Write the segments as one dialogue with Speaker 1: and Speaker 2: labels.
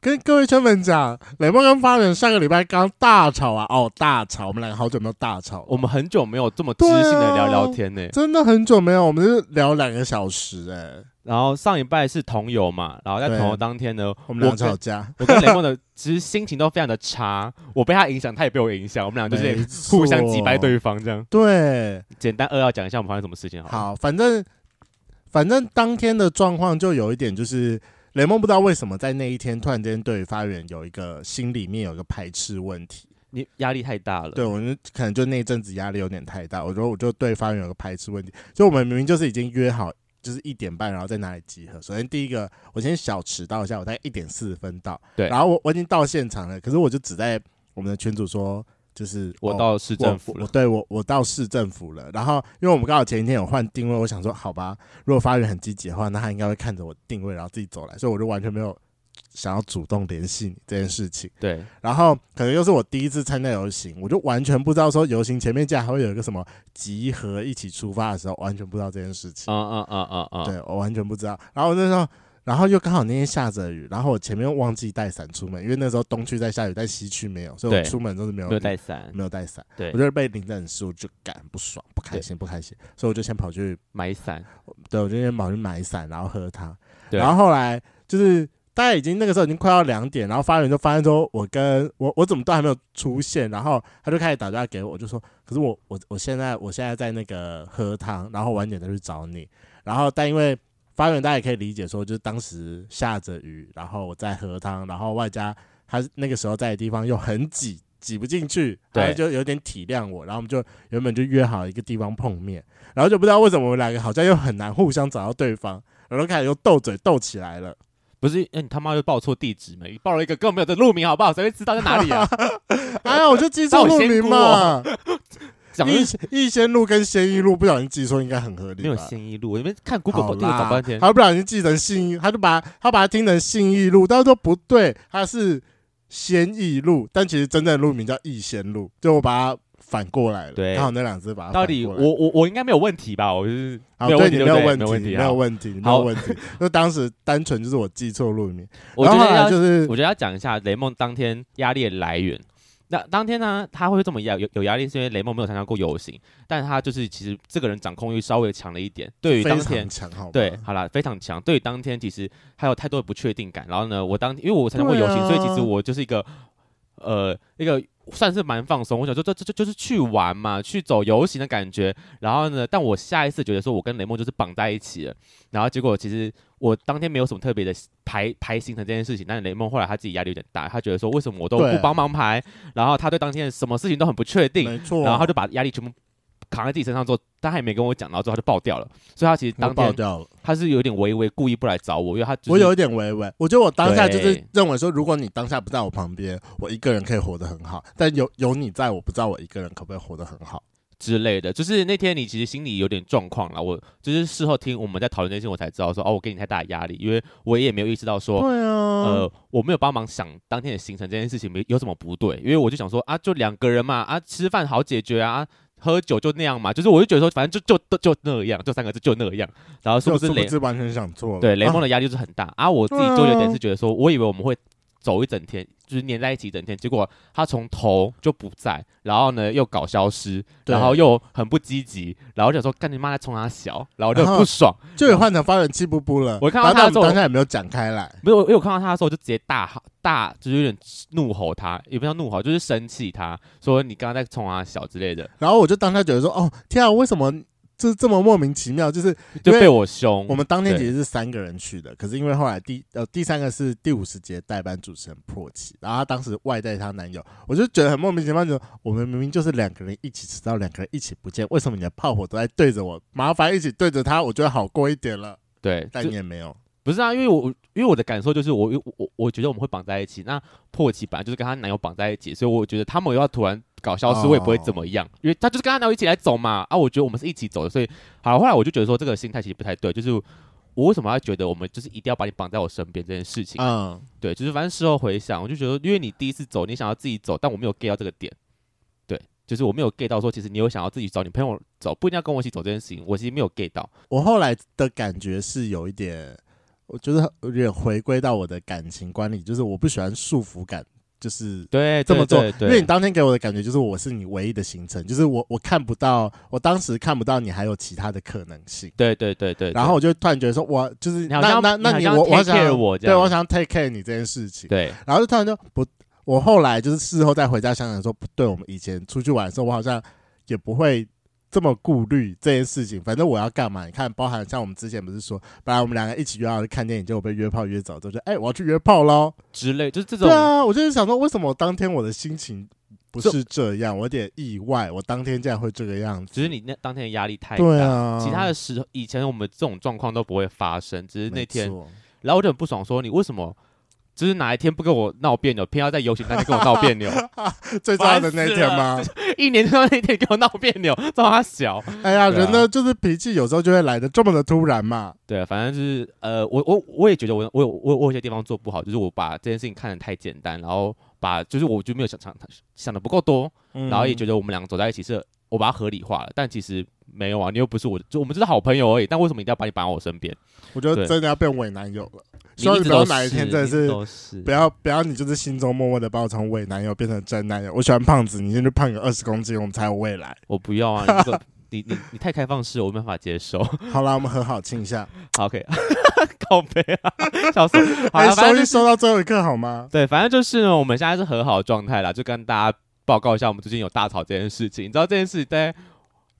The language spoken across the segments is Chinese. Speaker 1: 跟各位圈粉讲，雷梦跟发源上个礼拜刚大吵啊，哦大吵，我们两个好久没有大吵了，
Speaker 2: 我们很久没有这么知性的聊聊天呢、
Speaker 1: 真的很久没有，我们是聊两个小时哎、
Speaker 2: 然后上一拜是同游嘛，然后在
Speaker 1: 对
Speaker 2: 同游当天呢，
Speaker 1: 我们俩
Speaker 2: 跟
Speaker 1: 吵架，
Speaker 2: 我跟雷梦的 其实心情都非常的差，我被他影响，他也被我影响，我们俩就是
Speaker 1: 没错
Speaker 2: 互相击败对方这样。
Speaker 1: 对，
Speaker 2: 简单扼要讲一下我们发生什么事情好了。
Speaker 1: 好，反正反正当天的状况就有一点就是。雷梦不知道为什么在那一天突然间对于发源有一个心里面有一个排斥问题，
Speaker 2: 你压力太大了，
Speaker 1: 对，我就可能就那一阵子压力有点太大，我觉得我就对发源有个排斥问题，就我们明明就是已经约好，就是一点半，然后在哪里集合。首先第一个，我先小迟到一下，我大概一点四十分到，
Speaker 2: 对
Speaker 1: 然后我我已经到现场了，可是我就只在我们的群组说，就是
Speaker 2: 我
Speaker 1: 哦
Speaker 2: 到市政府
Speaker 1: 我
Speaker 2: 了
Speaker 1: 我，对我我到市政府了，然后因为我们刚好前一天有换定位，我想说好吧，如果发源很积极的话，那他应该会看着我定位，然后自己走来，所以我就完全没有想要主动联系你这件事情。
Speaker 2: 对，
Speaker 1: 然后可能又是我第一次参加游行，我就完全不知道说游行前面竟然还会有一个什么集合一起出发的时候，完全不知道这件事情。
Speaker 2: 嗯嗯嗯嗯嗯，
Speaker 1: 对我完全不知道。然后那时候，然后又刚好那天下着雨，然后我前面忘记带伞出门，因为那时候东区在下雨，但西区没有，所以我
Speaker 2: 对
Speaker 1: 出门都是没有
Speaker 2: 没有带伞，
Speaker 1: 没有带伞，
Speaker 2: 对
Speaker 1: 我就是被淋得很湿，我就感不爽，不开心，不开心，所以我就先跑去，
Speaker 2: 买伞，
Speaker 1: 对我就先跑去买伞，然后喝汤。
Speaker 2: 对
Speaker 1: 然后后来就是大家已经那个时候已经快要两点，然后发源就发现说我跟我我怎么都还没有出现，然后他就开始打电话给我，我就说可是我我我现在我现在在那个喝汤，然后晚点再去找你。然后但因为发源大家也可以理解说，就是当时下着雨，然后我在喝汤，然后外加他那个时候在的地方又很挤。挤不进去，
Speaker 2: 对
Speaker 1: 他就有点体谅我，然后我们就原本就约好一个地方碰面，然后就不知道为什么我们两个好像又很难互相找到对方，然后开始又斗嘴斗起来了。
Speaker 2: 不是，哎，你他妈又报错地址没？报了一个根本没有的路名，好不好？谁会知道在哪里 啊？
Speaker 1: 哎呀，我就记错路名嘛，
Speaker 2: 哦讲
Speaker 1: 逸
Speaker 2: 的
Speaker 1: 逸仙路跟仙一路不小心记错，应该很合理吧。
Speaker 2: 没有新一路，我这边看
Speaker 1: 好
Speaker 2: Google 地图
Speaker 1: 啦
Speaker 2: 找半天，
Speaker 1: 他不小心记成信义，他就把他把它听成信义路，但是说不对，它是仙义路，但其实真正的路名叫逸仙路，就我把它反过来了。
Speaker 2: 对
Speaker 1: 刚好那两只把它
Speaker 2: 到
Speaker 1: 反
Speaker 2: 底
Speaker 1: 过
Speaker 2: 我
Speaker 1: 来
Speaker 2: 我我应该没有问题吧？我就是
Speaker 1: 好
Speaker 2: 没有
Speaker 1: 对
Speaker 2: 问
Speaker 1: 你没
Speaker 2: 题，对
Speaker 1: 有
Speaker 2: 不对
Speaker 1: 问题，
Speaker 2: 没有问题
Speaker 1: 你
Speaker 2: 啊
Speaker 1: 没有问题，你没有
Speaker 2: 好
Speaker 1: 问题。就当时单纯就是我记错路名，
Speaker 2: 我
Speaker 1: 然
Speaker 2: 觉
Speaker 1: 后
Speaker 2: 得
Speaker 1: 后来
Speaker 2: 要
Speaker 1: 就是
Speaker 2: 我觉得要讲一下雷梦当天压力的来源。那当天呢，他会这么压有有压力，是因为雷梦没有参加过游行，但他就是其实这个人掌控欲稍微强了一点。对于
Speaker 1: 非
Speaker 2: 当天
Speaker 1: 常，强，好吗
Speaker 2: 对，好啦，非常强。对于当天，其实还有太多的不确定感。然后呢，我当因为我参加过游行，
Speaker 1: 对啊
Speaker 2: 所以其实我就是一个呃一个算是蛮放松。我想说，这这这就是去玩嘛，去走游行的感觉。然后呢，但我下一次觉得说我跟雷梦就是绑在一起了。然后结果其实我当天没有什么特别的排排行程这件事情，但是雷梦后来他自己压力有点大，他觉得说为什么我都
Speaker 1: 对
Speaker 2: 不帮忙排，然后他对当天什么事情都很不确定，
Speaker 1: 没错。
Speaker 2: 然后他就把压力全部扛在自己身上之后，但他也没跟我讲，然后之后他就爆掉了。所以他其实
Speaker 1: 我
Speaker 2: 当
Speaker 1: 爆
Speaker 2: 天
Speaker 1: 掉了。
Speaker 2: 他是有点微微故意不来找我，因为他、就是、
Speaker 1: 我有一点微微，我觉得我当下就是
Speaker 2: 对
Speaker 1: 认为说，如果你当下不在我旁边，我一个人可以活得很好。但有有你在，我不知道我一个人可不可以活得很好。
Speaker 2: 之类的，就是那天你其实心里有点状况了。我就是事后听我们在讨论这件事，我才知道说哦，我给你太大的压力，因为我也没有意识到说。
Speaker 1: 对啊，
Speaker 2: 呃，我没有帮忙想当天的行程这件事情没有什么不对，因为我就想说啊，就两个人嘛，啊，吃饭好解决啊，啊喝酒就那样嘛，就是我就觉得说，反正就就就就那样，就三个字就那样，然后是
Speaker 1: 就
Speaker 2: 不
Speaker 1: 是
Speaker 2: 是
Speaker 1: 不
Speaker 2: 雷
Speaker 1: 知完全想错了。
Speaker 2: 对，雷
Speaker 1: 啊
Speaker 2: 蒙的压力就是很大啊。我自己就有点是觉得说，我以为我们会走一整天，就是黏在一起一整天，结果他从头就不在，然后呢又搞消失，
Speaker 1: 对
Speaker 2: 然后又很不积极，然后就想说干你妈在冲他小，然后我就
Speaker 1: 然后
Speaker 2: 很不爽。
Speaker 1: 就有换成发源气不不了。
Speaker 2: 我看
Speaker 1: 然
Speaker 2: 到
Speaker 1: 后
Speaker 2: 他的
Speaker 1: 但
Speaker 2: 时
Speaker 1: 我
Speaker 2: 候
Speaker 1: 们当下也没有讲开来，
Speaker 2: 没有，因为我看到他的时候我就直接大吼大，就是有点怒吼他，也不叫怒吼，就是生气他，说你刚刚在冲他小之类的，
Speaker 1: 然后我就当下觉得说，哦，天啊，为什么就是这么莫名其妙？就是
Speaker 2: 就
Speaker 1: 因为
Speaker 2: 被我凶。
Speaker 1: 我们当天
Speaker 2: 嗯对
Speaker 1: 其实是三个人去的，可是因为后来第呃第三个是第五十节代班主持人破奇，然后她当时外带她男友，我就觉得很莫名其妙，就我们明明就是两个人一起迟到，两个人一起不见，为什么你的炮火都在对着我？麻烦一起对着他，我觉得好过一点了。
Speaker 2: 对，
Speaker 1: 但
Speaker 2: 就
Speaker 1: 你也没有，
Speaker 2: 不是啊，因为我因为我的感受就是我我我我觉得我们会绑在一起。那破奇本来就是跟她男友绑在一起，所以我觉得他们要突然搞消失，
Speaker 1: 哦
Speaker 2: 我也不会怎么样，因为她就是跟她男友一起来走嘛。啊，我觉得我们是一起走的，所以好了，后来我就觉得说这个心态其实不太对，就是我为什么要觉得我们就是一定要把你绑在我身边这件事情？
Speaker 1: 嗯，
Speaker 2: 对，就是反正事后回想，我就觉得因为你第一次走，你想要自己走，但我没有 get 到这个点。对，就是我没有 get 到说，其实你有想要自己找你朋友走，不一定要跟我一起走这件事情，我其实没有 get 到。
Speaker 1: 我后来的感觉是有一点，我觉得有点回归到我的感情观里，就是我不喜欢束缚感，就是
Speaker 2: 对，
Speaker 1: 这么做，
Speaker 2: 对对
Speaker 1: 因为你当天给我的感觉就是我是你唯一的行程，就是我我看不到，我当时看不到你还有其他的可能性，
Speaker 2: 对对对对，
Speaker 1: 然后我就突然觉得说，我就是
Speaker 2: 你好
Speaker 1: 那
Speaker 2: 像
Speaker 1: 那那
Speaker 2: 你好
Speaker 1: 我
Speaker 2: 像
Speaker 1: 我
Speaker 2: take care
Speaker 1: 想
Speaker 2: 我这
Speaker 1: 对
Speaker 2: 样
Speaker 1: 我想 take care 你这件事情，
Speaker 2: 对
Speaker 1: 然后就突然就不，我后来就是事后再回家想想说，不对，我们以前出去玩的时候，我好像也不会这么顾虑这件事情。反正我要干嘛，你看，包含像我们之前不是说，本来我们两个一起约好去看电影，结果被约炮约走，就是哎、我要去约炮喽。
Speaker 2: 之类，就是这种
Speaker 1: 对啊，我就是想说，为什么我当天我的心情不是这样？我有点意外，我当天竟然会这个样子。
Speaker 2: 只是你那当天的压力太大，
Speaker 1: 对啊，
Speaker 2: 其他的时候以前我们这种状况都不会发生，只是那天
Speaker 1: 没，错
Speaker 2: 然后我就很不爽，说你为什么就是哪一天不跟我闹别扭，偏要在游行那天跟我闹别 扭，
Speaker 1: 最重要的那天吗？
Speaker 2: 一年到那天跟我闹别扭，照他小。
Speaker 1: 哎呀，
Speaker 2: 对啊
Speaker 1: 人呢就是脾气有时候就会来的这么的突然嘛。
Speaker 2: 对，反正就是呃，我我我也觉得我我有我有我有些地方做不好，就是我把这件事情看得太简单，然后把就是我就没有想想想的不够多，嗯
Speaker 1: 嗯
Speaker 2: 然后也觉得我们两个走在一起是我把它合理化了，但其实没有啊，你又不是我的，就我们就是好朋友而已，但为什么一定要把你绑在我身边？
Speaker 1: 我觉得
Speaker 2: 对
Speaker 1: 真的要变伪男友了。希
Speaker 2: 你
Speaker 1: 望
Speaker 2: 一
Speaker 1: 你
Speaker 2: 直
Speaker 1: 不要
Speaker 2: 都
Speaker 1: 哪一天真的
Speaker 2: 你直
Speaker 1: 是
Speaker 2: 都是
Speaker 1: 不要不要，你就是心中默默的把我从伪男友变成真男友。我喜欢胖子，你先去胖个二十公斤，我们才有未来。
Speaker 2: 我不要啊，你这个你你你太开放式了，我没办法接受。
Speaker 1: 好啦，我们和好亲一下。
Speaker 2: 好，OK，告 白啊，笑死我。好
Speaker 1: 哎，
Speaker 2: 了，
Speaker 1: 收
Speaker 2: 反正
Speaker 1: 一
Speaker 2: 就是
Speaker 1: 收到最后一刻好吗？
Speaker 2: 对，反正就是呢，我们现在是和好状态啦，就跟大家报告一下，我们最近有大吵这件事情。你知道这件事情在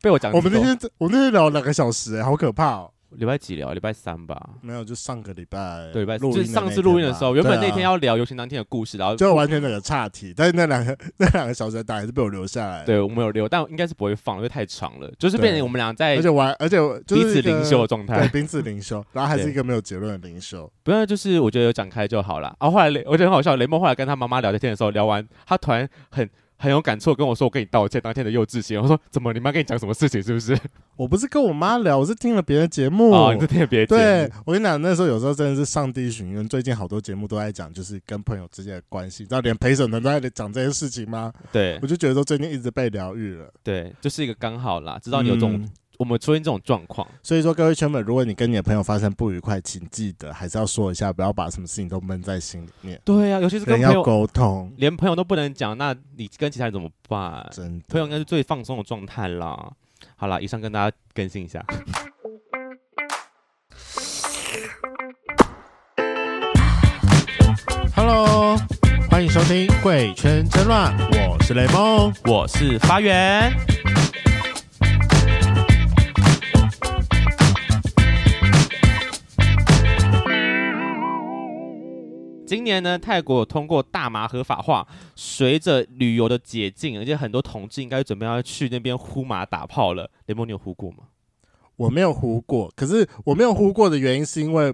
Speaker 2: 被我讲
Speaker 1: 我们
Speaker 2: 几
Speaker 1: 那
Speaker 2: 周
Speaker 1: 天我那天聊了两个小时，哎，好可怕哦。
Speaker 2: 礼拜几聊？礼拜三吧，
Speaker 1: 没有，就上个礼拜，
Speaker 2: 对，礼拜
Speaker 1: 录音
Speaker 2: 就
Speaker 1: 的
Speaker 2: 是上次录音的时候，原本那天
Speaker 1: 要
Speaker 2: 要聊游行当天的故事，然后
Speaker 1: 啊就完全那个岔题，但是那两个那两个小时的档还是被我留下来。，
Speaker 2: 对我们有留，但应该是不会放，因为太长了，就是变
Speaker 1: 对
Speaker 2: 成我们俩在
Speaker 1: 而且我还而且我就
Speaker 2: 彼
Speaker 1: 是
Speaker 2: 此
Speaker 1: 一个
Speaker 2: 灵修的状态
Speaker 1: 对，。彼此灵修，然后还是
Speaker 2: 对
Speaker 1: 一个没有结论的灵修。
Speaker 2: 不要，就是我觉得有讲开就好了。啊，后来雷我觉得很好笑，雷梦后来跟他妈妈聊天的时候，聊完他突然很很有感触地跟我说：“我跟你道歉，当天的幼稚行。”我说：“怎么你妈跟你讲什么事情？是不是？”
Speaker 1: 我不是跟我妈聊，我是听了别的节目。
Speaker 2: 哦，你这天别
Speaker 1: 对
Speaker 2: 介意，
Speaker 1: 我跟你讲，那时候有时候真的是上帝许愿。最近好多节目都在讲，就是跟朋友之间的关系，你知道连陪审团都在讲这件事情吗？
Speaker 2: 对
Speaker 1: 我就觉得说最近一直被疗愈了，嗯
Speaker 2: 对，就是一个刚好啦，知
Speaker 1: 知
Speaker 2: 道你有这种，我们出现这种状况，
Speaker 1: 所以说各位圈粉，如果你跟你的朋友发生不愉快，请记得还是要说一下，不要把什么事情都闷在心里面，
Speaker 2: 对啊，尤其是跟
Speaker 1: 人
Speaker 2: 朋
Speaker 1: 要
Speaker 2: 友，
Speaker 1: 沟通，
Speaker 2: 连朋友都不能讲，那你跟其他人怎么办？
Speaker 1: 真
Speaker 2: 呃朋友应
Speaker 1: 的。
Speaker 2: 该是最放松的状态啦。好啦，以上跟大家更新一下。
Speaker 1: Hello，欢迎收听《贵圈争乱》，我是雷梦。
Speaker 2: 我是发源，今年呢，泰国有通过大麻合法化，随着旅游的解禁，而且很多同志应该准备要去那边呼麻打炮了。雷蒙，你有呼过吗？
Speaker 1: 我没有呼过，可是我没有呼过的原因是因为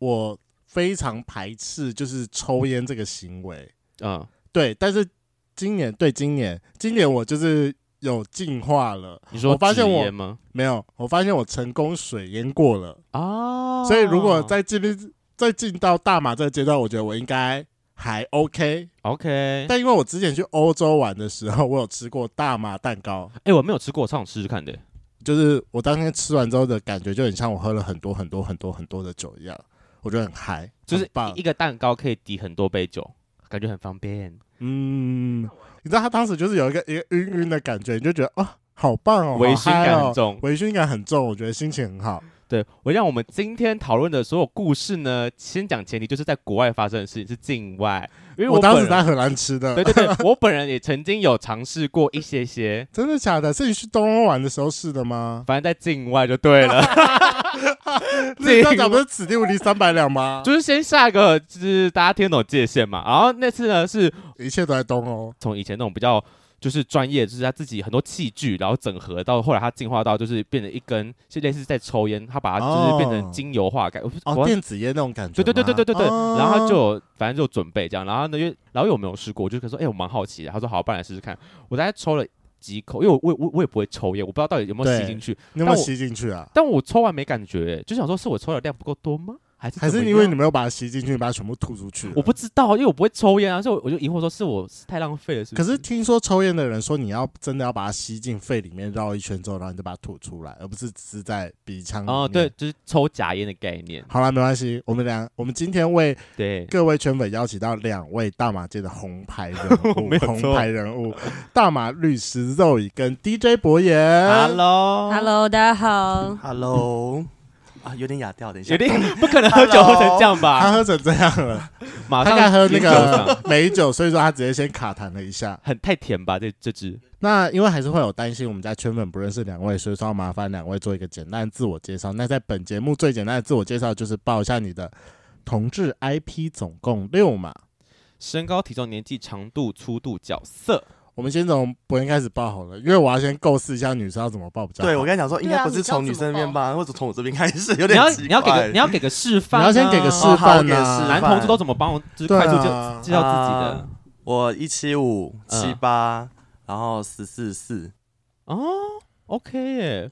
Speaker 1: 我非常排斥就是抽烟这个行为。
Speaker 2: 嗯，
Speaker 1: 对，但是今年对今年，今年我就是有进化了。
Speaker 2: 你说
Speaker 1: 我发现
Speaker 2: 纸
Speaker 1: 我
Speaker 2: 烟吗？
Speaker 1: 没有，我发现我成功水淹过了。
Speaker 2: 啊，
Speaker 1: 所以如果再进入再进到大马这个阶段，我觉得我应该还 OK。
Speaker 2: OK，哎、
Speaker 1: 但因为我之前去欧洲玩的时候，我有吃过大麻蛋糕，
Speaker 2: 哎我没有吃过，我超想试试看的。
Speaker 1: 就是我当天吃完之后的感觉，就很像我喝了很多很多很多很多的酒一样，我觉得很嗨，
Speaker 2: 就是
Speaker 1: 很棒
Speaker 2: 嗯一。个蛋糕可以抵很多杯酒，感觉很方便。
Speaker 1: 嗯，你知道他当时就是有一个一个晕晕的感觉，你就觉得哦，好棒哦，
Speaker 2: 微醺感
Speaker 1: 好嗨
Speaker 2: 很
Speaker 1: 哦
Speaker 2: 重。
Speaker 1: 微醺感很重，我觉得心情很好。
Speaker 2: 对我让我们今天讨论的所有故事呢，先讲前提就是在国外发生的事情是境外，因为
Speaker 1: 我当
Speaker 2: 本
Speaker 1: 时在
Speaker 2: 人
Speaker 1: 荷兰吃的
Speaker 2: 对，对对，我本人也曾经有尝试过一些些，
Speaker 1: 真的假的？是你去东欧玩的时候试的吗？
Speaker 2: 反正在境外就对了，
Speaker 1: 那那讲不是此地无银三百两吗？
Speaker 2: 就是先下一个就是大家听懂界限嘛。然后那次呢是
Speaker 1: 一切都在东欧。
Speaker 2: 从以前那种比较就是专业，就是他自己很多器具，然后整合到后来他进化到就是变成一根，就类似在抽烟，他把它就是变
Speaker 1: 哦
Speaker 2: 成精油化改，我不我
Speaker 1: 哦，
Speaker 2: 忘
Speaker 1: 电子烟那种感觉
Speaker 2: 对
Speaker 1: 吗。
Speaker 2: 对对对对对对，
Speaker 1: 哦
Speaker 2: 然后他就有反正就有准备这样，然后呢，因为然后有没有试过，我就跟他说，哎、我蛮好奇的。他说好，不然来试试看。我大概抽了几口，因为我我我我也不会抽烟，我不知道到底有没有
Speaker 1: 对
Speaker 2: 吸进去，
Speaker 1: 你有没
Speaker 2: 但
Speaker 1: 有
Speaker 2: 我
Speaker 1: 吸进去啊？
Speaker 2: 但我抽完没感觉、就想说是我抽的量不够多吗？还是
Speaker 1: 还
Speaker 2: 怎
Speaker 1: 是
Speaker 2: 么
Speaker 1: 因为
Speaker 2: 样
Speaker 1: 你没有把它吸进去，你把它全部吐出去了？
Speaker 2: 我不知道，因为我不会抽烟啊，所以我我就疑惑说是我是太浪费了，是不
Speaker 1: 可
Speaker 2: 是
Speaker 1: 是听说抽烟的人说，你要真的要把它吸进肺里面绕一圈之后，然后你就把它吐出来，而不是只是在鼻腔里面。
Speaker 2: 哦，对，，就是抽假烟的概念，
Speaker 1: 好了，没关系，我们俩我们今天为
Speaker 2: 对，
Speaker 1: 各位圈粉邀请到两位大马界的红牌 人物
Speaker 2: 没有，错
Speaker 1: 红牌人物，大马律师 Zoe 跟 DJ 博言。
Speaker 2: Hello，Hello，
Speaker 3: Hello，大家好。
Speaker 4: Hello，啊，有点哑掉，等一下
Speaker 2: 有。点 不可能喝酒喝成这样
Speaker 1: 他
Speaker 2: 吧？
Speaker 1: 喝成这样了，
Speaker 2: 马
Speaker 1: 他
Speaker 2: 上
Speaker 1: 在喝那
Speaker 2: 烟酒上
Speaker 1: 个美酒，所以说他直接先卡痰了一下。
Speaker 2: 很太甜吧？这这支
Speaker 1: 那因为还是会有担心我们家圈粉不认识两位，所以说要麻烦两位做一个简单的自我介绍。那在本节目最简单的自我介绍就是报一下你的同志 IP，总共六嘛。
Speaker 2: 身高、体重、年纪、长度、粗度、角色，
Speaker 1: 我们先从博彦开始报好了，因为我要先构思一下女生要怎么报比较好。
Speaker 4: 对，我刚才讲说，应
Speaker 3: 对
Speaker 4: 该
Speaker 3: 啊
Speaker 4: 不是从女生那边吧，或者从我这边开始，
Speaker 2: 你
Speaker 4: 有点
Speaker 2: 要
Speaker 4: 奇
Speaker 2: 你要给个
Speaker 4: 怪
Speaker 2: 你。要给个示范
Speaker 1: 你
Speaker 2: 啊，
Speaker 1: 要先给个示
Speaker 4: 哦好我
Speaker 1: 范
Speaker 4: 给示
Speaker 1: 啊
Speaker 4: 范，
Speaker 2: 男同志都怎么帮我，就是
Speaker 1: 对
Speaker 2: 快速介
Speaker 1: 啊
Speaker 2: 介绍自己的
Speaker 4: 啊我一七五
Speaker 1: 嗯
Speaker 4: 七八，然后十四四，
Speaker 2: 哦，OK 耶，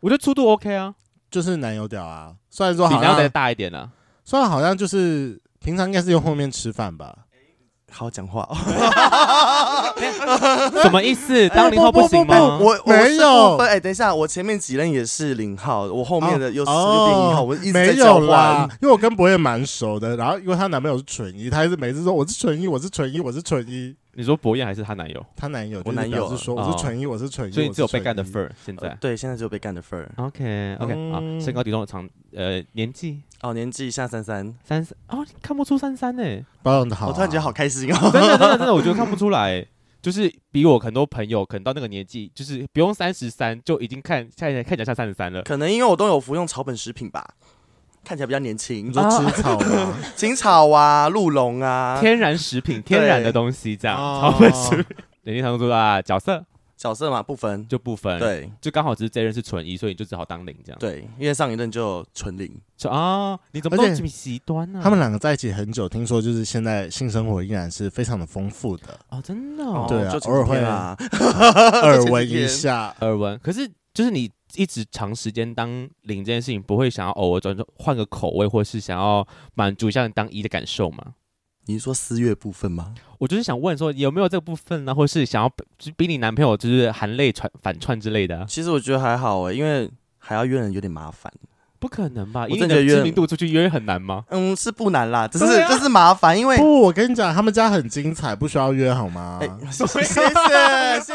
Speaker 2: 我觉得粗度 OK 啊，
Speaker 1: 就是男友屌啊。虽然说
Speaker 2: 比
Speaker 1: 好
Speaker 2: 男友再
Speaker 1: 像，
Speaker 2: 大一点啊。
Speaker 1: 虽然好像就是平常应该是用后面吃饭吧。
Speaker 4: 好好讲话 哦。
Speaker 2: 什么意思？当零后
Speaker 1: 不不
Speaker 2: 行吗？
Speaker 4: 我我
Speaker 1: 哎没
Speaker 4: 是
Speaker 1: 有
Speaker 4: 不分哎，等一下，我前面几任也是零号，我后面的又是
Speaker 1: 哦
Speaker 4: 又变一号，我一直在
Speaker 1: 没
Speaker 4: 交
Speaker 1: 有啦
Speaker 4: 换。，
Speaker 1: 因为我跟博彦蛮熟的，然后因为她男朋友是纯一，她一直每次说我是纯一，我是纯一，我是纯一。
Speaker 2: 你说博彦还是她男友？
Speaker 1: 她男友，
Speaker 4: 我男友
Speaker 1: 是说
Speaker 2: 啊
Speaker 1: 我是纯一，我是纯一，呃
Speaker 2: 所以你只有被干的份
Speaker 1: 分。
Speaker 2: 儿。现在
Speaker 4: 对，现在只有被干的份儿。
Speaker 2: OK OK 好，
Speaker 1: 嗯
Speaker 2: 身高体重长呃年纪
Speaker 4: 哦，年纪现在三三，
Speaker 2: 三十哦，你看不出三三呢，
Speaker 1: 保养的好啊，
Speaker 4: 我突然觉得好开心哦。
Speaker 2: 真的真的真的，我觉得看不出来。欸就是比我很多朋友可能到那个年纪，就是不用三十三就已经看看起来看起来像三十三了。
Speaker 4: 可能因为我都有服用草本食品吧，看起来比较年轻
Speaker 1: 你。说吃草吗？
Speaker 4: 青草啊，鹿茸啊，
Speaker 2: 天然食品，天然的东西，这样
Speaker 1: 哦
Speaker 2: 草本食品。年龄长度啊，角色
Speaker 4: 角色嘛不分。
Speaker 2: 就不分，，
Speaker 4: 对
Speaker 2: 就刚好只是这一任是纯一，所以你就只好当零这样。
Speaker 4: 对，因为上一任就纯零，
Speaker 2: 就啊，你怎
Speaker 1: 而
Speaker 2: 么都
Speaker 1: 且
Speaker 2: 这么极端啊呢、
Speaker 1: 他们两个在一起很久，听说就是现在性生活依然是非常的丰富 的，
Speaker 2: 哦，真的、
Speaker 4: 哦
Speaker 2: 哦、
Speaker 1: 对啊
Speaker 4: 就前
Speaker 1: 偶尔
Speaker 4: 几天
Speaker 1: 会
Speaker 4: 啊，
Speaker 1: 耳闻一下。
Speaker 2: 耳闻。可是就是你一直长时间当零这件事情，不会想要偶尔转换个口味，或是想要满足一下你当一的感受吗？
Speaker 4: 你是说四月部分吗？
Speaker 2: 我就是想问说有没有这个部分呢、或是想要就是比你男朋友就是含泪传反串之类的啊、
Speaker 4: 其实我觉得还好哎、因为还要约人有点麻烦。
Speaker 2: 不可能吧？
Speaker 4: 我
Speaker 2: 以你
Speaker 4: 真的
Speaker 2: 的
Speaker 4: 觉得
Speaker 2: 知名度出去约很难吗？
Speaker 4: 嗯，是不难啦，只是
Speaker 2: 对啊
Speaker 4: 就是麻烦，因为
Speaker 1: 不，我跟你讲，他们家很精彩，不需要约好吗
Speaker 4: 哎、？
Speaker 2: 嗯
Speaker 4: 谢谢谢谢。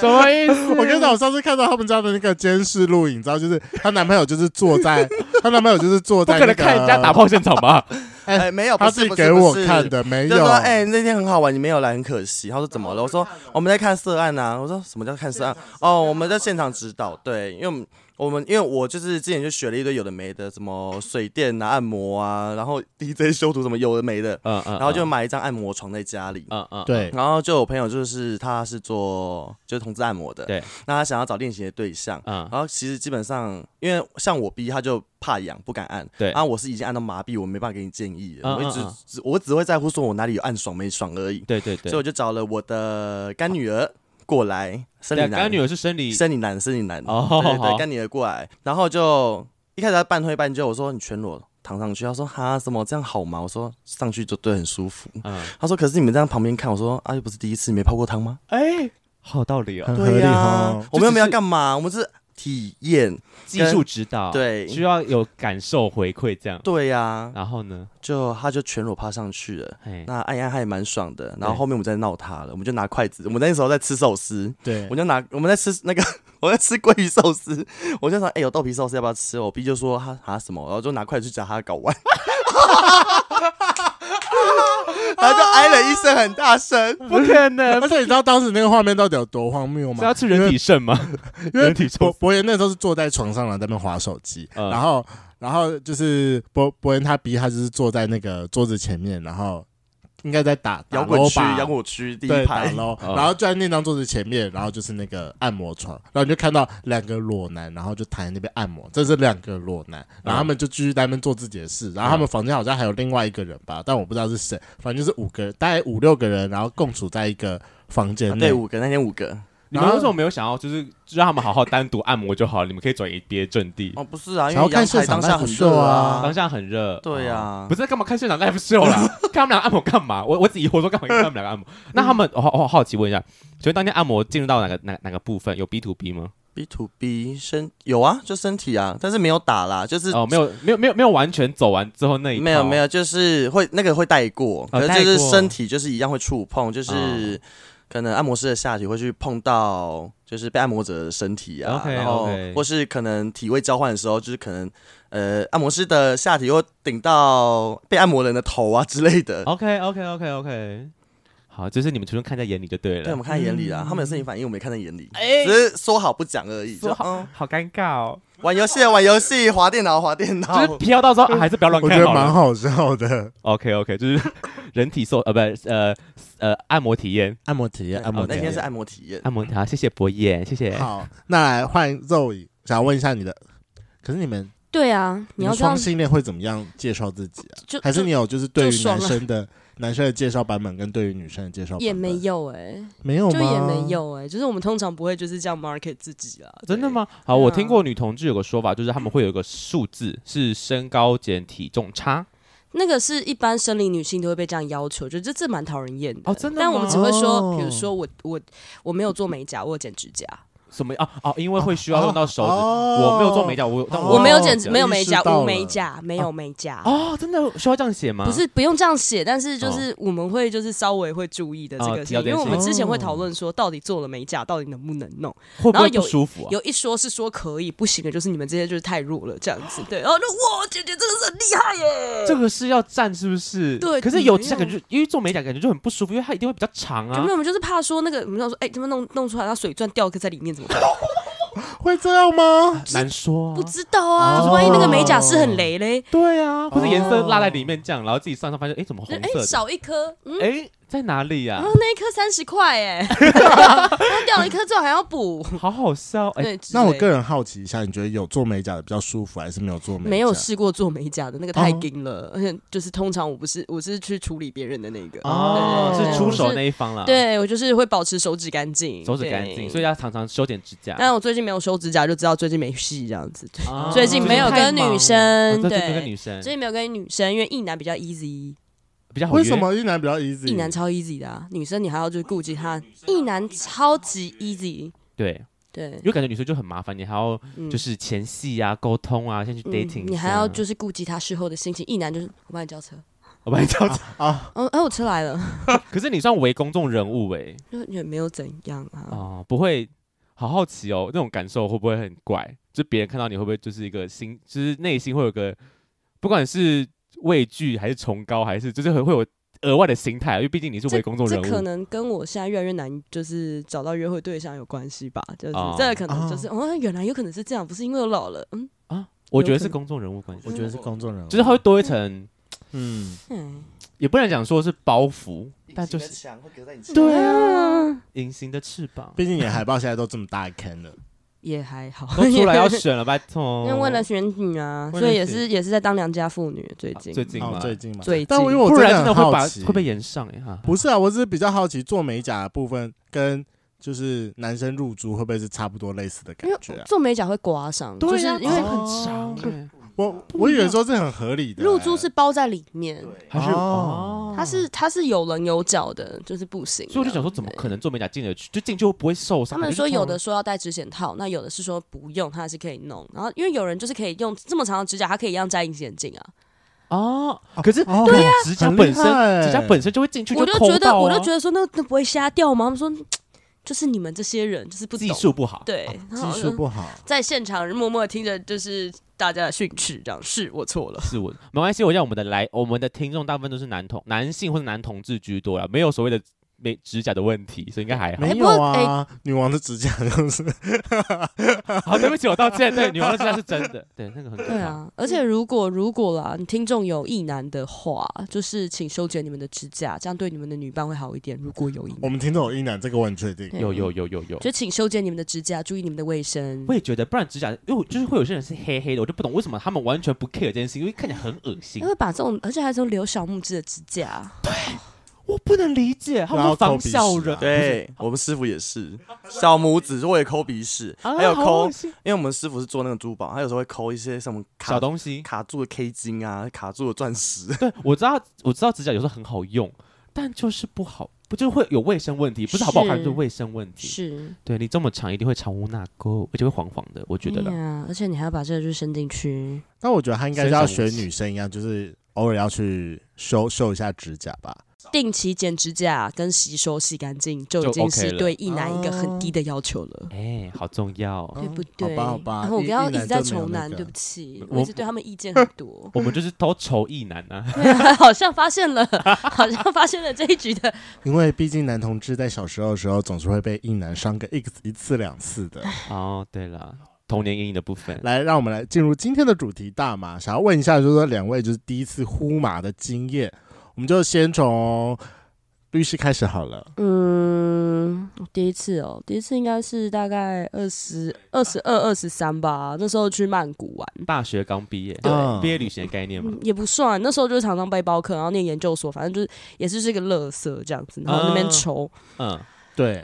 Speaker 2: 什么意思？
Speaker 1: 我跟你讲，我上次看到他们家的那个监视录影，你知道，就是她男朋友就是坐 在，她男朋友就是坐
Speaker 2: 不
Speaker 1: 在
Speaker 2: 可
Speaker 1: 那
Speaker 2: 能
Speaker 1: 个，
Speaker 2: 看人家打炮现场 吧？
Speaker 4: 哎、没有，不
Speaker 1: 他自
Speaker 4: 是
Speaker 1: 己
Speaker 4: 不是
Speaker 1: 给我
Speaker 4: 不是
Speaker 1: 看的，没
Speaker 4: 就
Speaker 1: 有
Speaker 4: 说。
Speaker 2: 啊
Speaker 4: 哎、那天很好玩，你没有来，很可惜。他说怎哦么了？我说我们在看涉案啊。我说什么叫看涉案？哦，我们在现场指导。对，因为我们我们因为我就是之前就学了一堆有的没的，什么水电啊、按摩啊，然后 DJ 修图什么有的没的，
Speaker 2: 嗯嗯，
Speaker 4: 然后就买一张按摩床在家里。
Speaker 2: 嗯嗯，
Speaker 1: 对，
Speaker 4: 然后就有朋友就是他是做就是同志按摩的，
Speaker 2: 对，
Speaker 4: 那他想要找练习的对象。
Speaker 2: 嗯
Speaker 4: 然后其实基本上，因为像我逼他就怕痒，不敢按。
Speaker 2: 对
Speaker 4: 然后我是已经按到麻痹，我没办法给你建议了。
Speaker 2: 嗯
Speaker 4: 我一直
Speaker 2: 嗯嗯
Speaker 4: 只我只会在乎说我哪里有按爽没爽而已。
Speaker 2: 对对对
Speaker 4: 所以。我就找了我的干女儿过来，生理
Speaker 2: 对啊
Speaker 4: 男，
Speaker 2: 刚刚女儿是生理
Speaker 4: 生理男，生理男。
Speaker 2: 哦
Speaker 4: 对对
Speaker 2: 好
Speaker 4: 对，干女儿过来，然后就一开始他半推半就，我说你全裸躺上去，他说哈什么这样好吗？我说上去就对，很舒服。
Speaker 2: 嗯，
Speaker 4: 他说：“可是你们这样旁边看，我说啊，又不是第一次，你没泡过汤 吗
Speaker 2: 哎，好有道理哦，
Speaker 1: 很合理？”哈。
Speaker 4: 我们又没有干嘛，我们是体验。
Speaker 2: 技术指导，
Speaker 4: 对
Speaker 2: 需要有感受回馈这样。
Speaker 4: 对呀、
Speaker 2: 然后呢，
Speaker 4: 就他就全裸趴上去了。
Speaker 2: 哎，
Speaker 4: 那按一按还蛮爽的，然后
Speaker 2: 对
Speaker 4: 后面我们再闹他了，我们就拿筷子，我们那时候在吃寿司，
Speaker 1: 对
Speaker 4: 我，就拿我们在吃那个 我在吃鲑鱼寿司，我就说哎、有豆皮寿司要不要吃？我 B 就说他啊什么，然后就拿筷子去夹他的睾丸， 然
Speaker 1: 啊
Speaker 4: 后就哎了一声很大声，
Speaker 2: 不可能
Speaker 1: 而且你知道当时那个画面到底有多荒谬
Speaker 2: 是
Speaker 1: 吗
Speaker 2: 要？吃人体肾吗？
Speaker 1: 因为
Speaker 2: 人体
Speaker 1: 博
Speaker 2: 抽
Speaker 1: 博言那时候是坐在床上然后在那边划手机，
Speaker 2: 嗯
Speaker 1: 然后然后就是博博言他逼他就是坐在那个桌子前面，然后应该在打
Speaker 4: 摇滚区，摇
Speaker 1: 摇
Speaker 4: 滚区第一
Speaker 1: 对打
Speaker 4: 排，啊
Speaker 1: 喽，
Speaker 2: 嗯
Speaker 1: 然后就在那张桌子前面，然后就是那个按摩床，然后你就看到两个裸男，然后就躺在那边按摩，这是两个裸男，然后他们就继续在那边做自己的事，然后他
Speaker 4: 嗯
Speaker 1: 们房间好像还有另外一个人吧，但我不知道是谁，反正就是五个人，大概五六个人，然后共处在一个房间
Speaker 4: 啊
Speaker 1: 内
Speaker 4: 对，，五个那天五个，
Speaker 2: 你
Speaker 1: 然
Speaker 2: 们
Speaker 1: 后
Speaker 2: 为什么没有想要就是就让他们好好单独按摩就好了？你们可以转移别阵地。
Speaker 4: 哦，不是啊，因
Speaker 1: 想要
Speaker 4: 为
Speaker 1: 看
Speaker 4: 阳
Speaker 1: 现
Speaker 4: 台
Speaker 1: 场
Speaker 4: 当下
Speaker 1: live
Speaker 4: 很
Speaker 1: show
Speaker 4: 热
Speaker 1: 啊
Speaker 2: 当下很热，
Speaker 4: 对啊呀、
Speaker 2: 哦不是干嘛看现场 live show 啦？看他们俩按摩干嘛？我我只疑惑说干嘛看他们两个按摩？那他们我好我好奇问一下，请问当天按摩进入到哪个哪哪个部分？有 B to B 吗？
Speaker 4: B to B 身有啊，就身体啊，但是没有打啦，就是、
Speaker 2: 哦，没有没有没有没有完全走完之后那一
Speaker 4: 没有没
Speaker 2: 有
Speaker 4: 有，就是会那个会带过，
Speaker 2: 哦
Speaker 4: 可是就是
Speaker 2: 带过嗯
Speaker 4: 身体就是一样会触碰，就是可能按摩师的下体会去碰到，就是被按摩者的身体啊
Speaker 2: OK，
Speaker 4: 然后
Speaker 2: OK
Speaker 4: 或是可能体位交换的时候，就是可能呃按摩师的下体又顶到被按摩人的头啊之类的。
Speaker 2: OK OK OK OK，好，就是你们全部看在眼里就对
Speaker 4: 对，我
Speaker 2: 了。嗯
Speaker 4: 们看在眼里啦，他们有身体反应，我们也看在眼里，
Speaker 2: 哎
Speaker 4: 只是说好不讲而已。
Speaker 2: 说
Speaker 4: 就
Speaker 2: 好
Speaker 4: 嗯，
Speaker 2: 好尴尬哦，
Speaker 4: 玩游戏的玩游戏，滑电脑滑电
Speaker 2: 就
Speaker 4: 脑，
Speaker 2: 是飘到时候啊还是不要乱
Speaker 1: 我觉
Speaker 2: 看
Speaker 1: 得
Speaker 2: 好
Speaker 1: 蛮
Speaker 2: 了。
Speaker 1: 好笑的。
Speaker 2: OK OK，就是人体受呃不是呃呃按摩体验，
Speaker 1: 按摩
Speaker 2: 啊
Speaker 1: 体验，按摩
Speaker 4: 哦
Speaker 1: 体
Speaker 4: 那天
Speaker 1: 验
Speaker 4: 是。按摩体验，
Speaker 2: 按摩好，谢谢博彦，谢谢。
Speaker 1: 好，那来换肉影，想问一下你的，可是你们
Speaker 3: 对啊，
Speaker 1: 你
Speaker 3: 你要
Speaker 1: 们
Speaker 3: 这
Speaker 1: 双
Speaker 3: 样
Speaker 1: 性恋会怎么样介绍自己啊？
Speaker 3: 就
Speaker 1: 还是
Speaker 3: 就
Speaker 1: 你有就是对
Speaker 3: 就
Speaker 1: 于
Speaker 3: 爽
Speaker 1: 男
Speaker 3: 了
Speaker 1: 生的男生的介绍版本跟对于女生的介绍版本
Speaker 3: 也没有哎、
Speaker 1: 没有
Speaker 3: 就也
Speaker 1: 吗
Speaker 3: 没有哎、就是我们通常不会就是这样 market 自己啦。
Speaker 2: 真的
Speaker 3: 对？
Speaker 2: 吗？好，我
Speaker 3: 对啊
Speaker 2: 听过女同志有个说法，就是他们会有一个数字是身高减体重差。
Speaker 3: 那个是一般生理女性都会被这样要求，就这这蛮讨人厌的。
Speaker 2: 哦真的吗
Speaker 3: 但我们只会说，
Speaker 1: 哦
Speaker 3: 比如说我我我没有做美甲，我有剪指甲，
Speaker 2: 什么啊？哦，因为会需要用到手指，
Speaker 1: 哦
Speaker 2: 我没有做美甲，我但
Speaker 1: 哦
Speaker 3: 我没有剪
Speaker 2: 剪
Speaker 3: 指，
Speaker 2: 指
Speaker 3: 没有美
Speaker 1: 意
Speaker 3: 甲，
Speaker 1: 识到了
Speaker 3: 无美甲，没有美甲。
Speaker 2: 哦，真的需要这样写吗？
Speaker 3: 不是不用这样写，但
Speaker 1: 哦
Speaker 3: 是就是我们会就是稍微会注意的这
Speaker 2: 哦
Speaker 3: 个事
Speaker 2: 提
Speaker 3: 情，
Speaker 2: 到
Speaker 3: 因为
Speaker 2: 这件
Speaker 3: 我们
Speaker 1: 事
Speaker 3: 之前会
Speaker 1: 哦
Speaker 3: 讨论说，到底做了美甲到底能不能弄。
Speaker 2: 会不
Speaker 3: 然后
Speaker 2: 会
Speaker 3: 有
Speaker 2: 不舒服啊？
Speaker 3: 有一说是说可以，不行的就是你们这些就是太弱了这样子。对，然后就哇，姐姐真的是很厉害耶，
Speaker 2: 这个是要站是不是？
Speaker 3: 对
Speaker 2: 可是有
Speaker 3: 怎
Speaker 2: 指甲
Speaker 3: 么样
Speaker 2: 感觉，因为做美甲感觉就很不舒服，因为它一定会比较长
Speaker 3: 就
Speaker 2: 啊
Speaker 3: 没有，。我们就是怕说那个，我们想说，哎、他们弄弄出来，它水钻掉一个在里面怎
Speaker 2: 哦
Speaker 3: 么办？
Speaker 1: 会这样吗？
Speaker 2: 难说、啊
Speaker 3: 不，知道
Speaker 1: 哦
Speaker 3: 啊，就是万一那个美甲师很雷嘞，
Speaker 2: 对啊，或者颜色
Speaker 1: 哦
Speaker 2: 落在里面这样，然后自己上上发现，哎，怎么
Speaker 3: 就
Speaker 2: 红
Speaker 3: 哎、
Speaker 2: 色的？
Speaker 3: 少一颗，嗯，
Speaker 2: 哎，在哪里呀
Speaker 3: 然后？那一颗三十块 哎，然后掉了一颗之后还要补，
Speaker 2: 好好笑，哎，
Speaker 3: 对，之
Speaker 1: 那我
Speaker 3: 类
Speaker 1: 个人好奇一下，你觉得有做美甲的比较舒服，还是没有做美甲？
Speaker 3: 没有试过做美甲的那个太
Speaker 1: 哦
Speaker 3: 硬了，而且就是通常我不是我是去处理别人的那个，
Speaker 2: 哦，
Speaker 3: 对对
Speaker 2: 是
Speaker 3: 对
Speaker 2: 出
Speaker 3: 我
Speaker 2: 手
Speaker 3: 是
Speaker 2: 那一方了。。
Speaker 3: 对我就是会保持手指干净，
Speaker 2: 手指干净，
Speaker 3: 对
Speaker 2: 所以要常常修剪指甲。
Speaker 3: 但我最近没有修指甲，就知道最近没戏这样子。对，
Speaker 2: 啊
Speaker 3: 最近没有跟女生
Speaker 2: 最近太忙了啊最近
Speaker 3: 对
Speaker 2: 没有跟女生
Speaker 3: 最近没有跟女生，因为一男比较 easy，
Speaker 2: 比较好约
Speaker 1: 为什？么一男比较 easy？
Speaker 3: 一男超 easy 的、啊，女生你还要就是顾及他，一男超级 easy，
Speaker 2: 对，
Speaker 3: 对
Speaker 2: 因，为感觉女生就很麻烦，你还要
Speaker 3: 嗯
Speaker 2: 就是前戏啊、沟通啊，先去
Speaker 3: 嗯
Speaker 2: dating，
Speaker 3: 你还要就是顾及他事后的心情。一男就是我帮你叫车，
Speaker 2: 我把你叫。
Speaker 1: 啊，
Speaker 3: 哦，哎、我车来了，
Speaker 2: 可是你算为公众人物哎
Speaker 3: 就也没有怎样啊。
Speaker 2: 啊，不会，好好奇哦，那种感受会不会很怪？就别人看到你会不会就是一个心，就是内心会有个，不管是畏惧还是崇高，还是就是很会有额外的心态，因为毕竟你是为公众
Speaker 3: 这
Speaker 2: 人
Speaker 3: 可
Speaker 2: 物。
Speaker 3: 能跟我现在越来越难，就是找到约会对象有关系吧。就是、
Speaker 2: 哦
Speaker 3: 这个可能就是，哦，原来有可能是这样，不是因为我老了，嗯，
Speaker 2: 我觉得
Speaker 3: 有
Speaker 2: 是
Speaker 3: 可能
Speaker 2: 公众人物关系，
Speaker 1: 我觉得是公众人物，
Speaker 2: 就是它会多一层，
Speaker 1: 嗯，
Speaker 3: 嗯
Speaker 2: 也不能讲说是包袱，但就是
Speaker 4: 墙会隔在你
Speaker 2: 对
Speaker 3: 啊，
Speaker 2: 隐形的翅膀，
Speaker 1: 毕竟你的海报现在都这么大一坑 了，
Speaker 3: 也还好，
Speaker 2: 都出 来要选了，拜托。
Speaker 3: 因为为了选举啊，
Speaker 1: 为了
Speaker 3: 所以也是也是在当良家妇女最近、
Speaker 2: 最近
Speaker 1: 哦
Speaker 2: 嘛，，
Speaker 1: 最近嘛，
Speaker 3: 最近，
Speaker 1: 但我因为我
Speaker 2: 不然真
Speaker 1: 很
Speaker 2: 的会
Speaker 1: 好
Speaker 2: 把
Speaker 1: 奇，
Speaker 2: 会被延上哎哈。
Speaker 1: 不是啊，我只是比较好奇做美甲的部分跟就是男生入珠会不会是差不多类似的感
Speaker 3: 因为
Speaker 1: 觉啊？
Speaker 3: 做美甲会刮伤，就是
Speaker 2: 啊
Speaker 3: 因为
Speaker 1: 哦
Speaker 2: 很长哎，
Speaker 1: 我我以为说这很合理的欸，
Speaker 3: 入珠是包在里面，
Speaker 2: 还是哦，
Speaker 3: 它是它是有棱有角的，就是不行。
Speaker 2: 所以我就想说，怎么可能做美甲进得去？就进去会不会受伤？
Speaker 3: 他们说有的说要戴指剪套，那有的是说不用，它还是可以弄。然后因为有人就是可以用这么长的指甲，它可以一样摘隐形眼镜啊。
Speaker 2: 哦，可是
Speaker 1: 哦
Speaker 2: 对呀，指甲
Speaker 1: 很厉
Speaker 2: 本身
Speaker 1: 害
Speaker 2: 指甲本身就会进去，
Speaker 3: 啊我就
Speaker 2: 抠
Speaker 3: 觉得
Speaker 2: 到
Speaker 3: 我
Speaker 2: 啊
Speaker 3: 就觉得说那那不会瞎掉吗？他们说嘖就是你们这些人就是不懂
Speaker 2: 技术哦不好，
Speaker 3: 对，然后
Speaker 1: 技术不好，
Speaker 3: 在现场默默听着就是大家的训斥，这样是我错了。
Speaker 2: 是我没关系。我让我们的来我们的听众大部分都是男同男性或者男同志居多啦，没有所谓的美指甲的问题，所以应该还好。
Speaker 1: 没
Speaker 3: 不过
Speaker 1: 有啊，女王的指甲就是
Speaker 2: 好，对不起，我道歉。对，女王的指甲是真的，对那个很可
Speaker 3: 对
Speaker 2: 怕。
Speaker 3: 啊，而且如果如果啦，你听众有意男的话，就是请修剪你们的指甲，这样对你们的女伴会好一点。如果有意
Speaker 1: 我
Speaker 3: 男，
Speaker 1: 们听懂一男这个我很确定，
Speaker 3: 对
Speaker 2: 有有有有有，
Speaker 3: 就请修剪你们的指甲，注意你们的卫生
Speaker 2: 我。也觉得，不然指甲，因为我就是会有些人是黑黑的，我就不懂为什么他们完全不 care 这件事情，因为看起来很恶心
Speaker 3: 因。为把这种，而且还是那种留小木质的指甲，
Speaker 2: 我我不能理解，他
Speaker 1: 然
Speaker 2: 们
Speaker 1: 后
Speaker 2: 是仿
Speaker 1: 抠鼻
Speaker 2: 效
Speaker 1: 屎
Speaker 2: 人
Speaker 1: 啊，
Speaker 4: 对 我们师傅也是，小拇指我也抠鼻屎，
Speaker 2: 啊
Speaker 4: 还有
Speaker 2: 好
Speaker 4: 抠
Speaker 2: 恶，心
Speaker 4: 因为我们师傅是做那个珠宝，他有时候会抠一些什么卡
Speaker 2: 小东西。
Speaker 4: 卡住的 K 金啊，卡住的钻石。
Speaker 2: 对，我知道，我知道指甲有时候很好用，但就是不好，不就会有卫生问题，不是好不好看，就是
Speaker 3: 是
Speaker 2: 卫生问题。
Speaker 3: 是，
Speaker 2: 对你这么长，一定会藏污纳垢，而且会黄黄的，我觉得
Speaker 3: 对
Speaker 2: 啦。
Speaker 3: 哎呀，而且你还要把这个就是伸进去，
Speaker 1: 但我觉得他应该是要
Speaker 2: 身上
Speaker 1: 学
Speaker 2: 无
Speaker 1: 女生一样，就是偶尔要去修修一下指甲吧。
Speaker 3: 定期剪指甲跟洗手洗干净，就
Speaker 2: 就
Speaker 3: 已经
Speaker 2: OK
Speaker 3: 是
Speaker 2: 了
Speaker 3: 对一男一个很
Speaker 1: 哦
Speaker 3: 低的要求了。
Speaker 2: 哎、好重要。
Speaker 3: 对不
Speaker 1: 嗯
Speaker 3: 对？
Speaker 1: 好吧，好吧。
Speaker 3: 然后我
Speaker 1: 一
Speaker 3: 不要
Speaker 1: 一
Speaker 3: 一直
Speaker 1: 男
Speaker 3: 在
Speaker 1: 就没有
Speaker 3: 重
Speaker 1: 那
Speaker 3: 男，
Speaker 1: 个
Speaker 3: 对不起，
Speaker 2: 我。
Speaker 3: 我一直对他们意见很多
Speaker 2: 我们就是都仇意男啊，
Speaker 3: 好像发现了，好像发现了这一局的，
Speaker 1: 因为毕竟男同志在小时候的时候总是会被硬男伤个一一次两次的。
Speaker 2: 哦，对了，童年阴影的部分，
Speaker 1: 来，让我们来进入今天的主题大麻。想要问一下，就是说两位就是第一次呼麻的经验，我们就先从律师开始好了。
Speaker 3: 嗯，第一次哦，第一次应该是大概二十二、十二、二十三吧，那时候去曼谷玩。
Speaker 2: 大学刚毕业，
Speaker 1: 嗯
Speaker 2: 毕业旅行的概念嘛
Speaker 3: 嗯，也不算，那时候就是常常背包客，然后念研究所，反正就是也是是个乐色这样子，然后那边
Speaker 2: 啊
Speaker 3: 抽，
Speaker 2: 嗯，
Speaker 1: 对，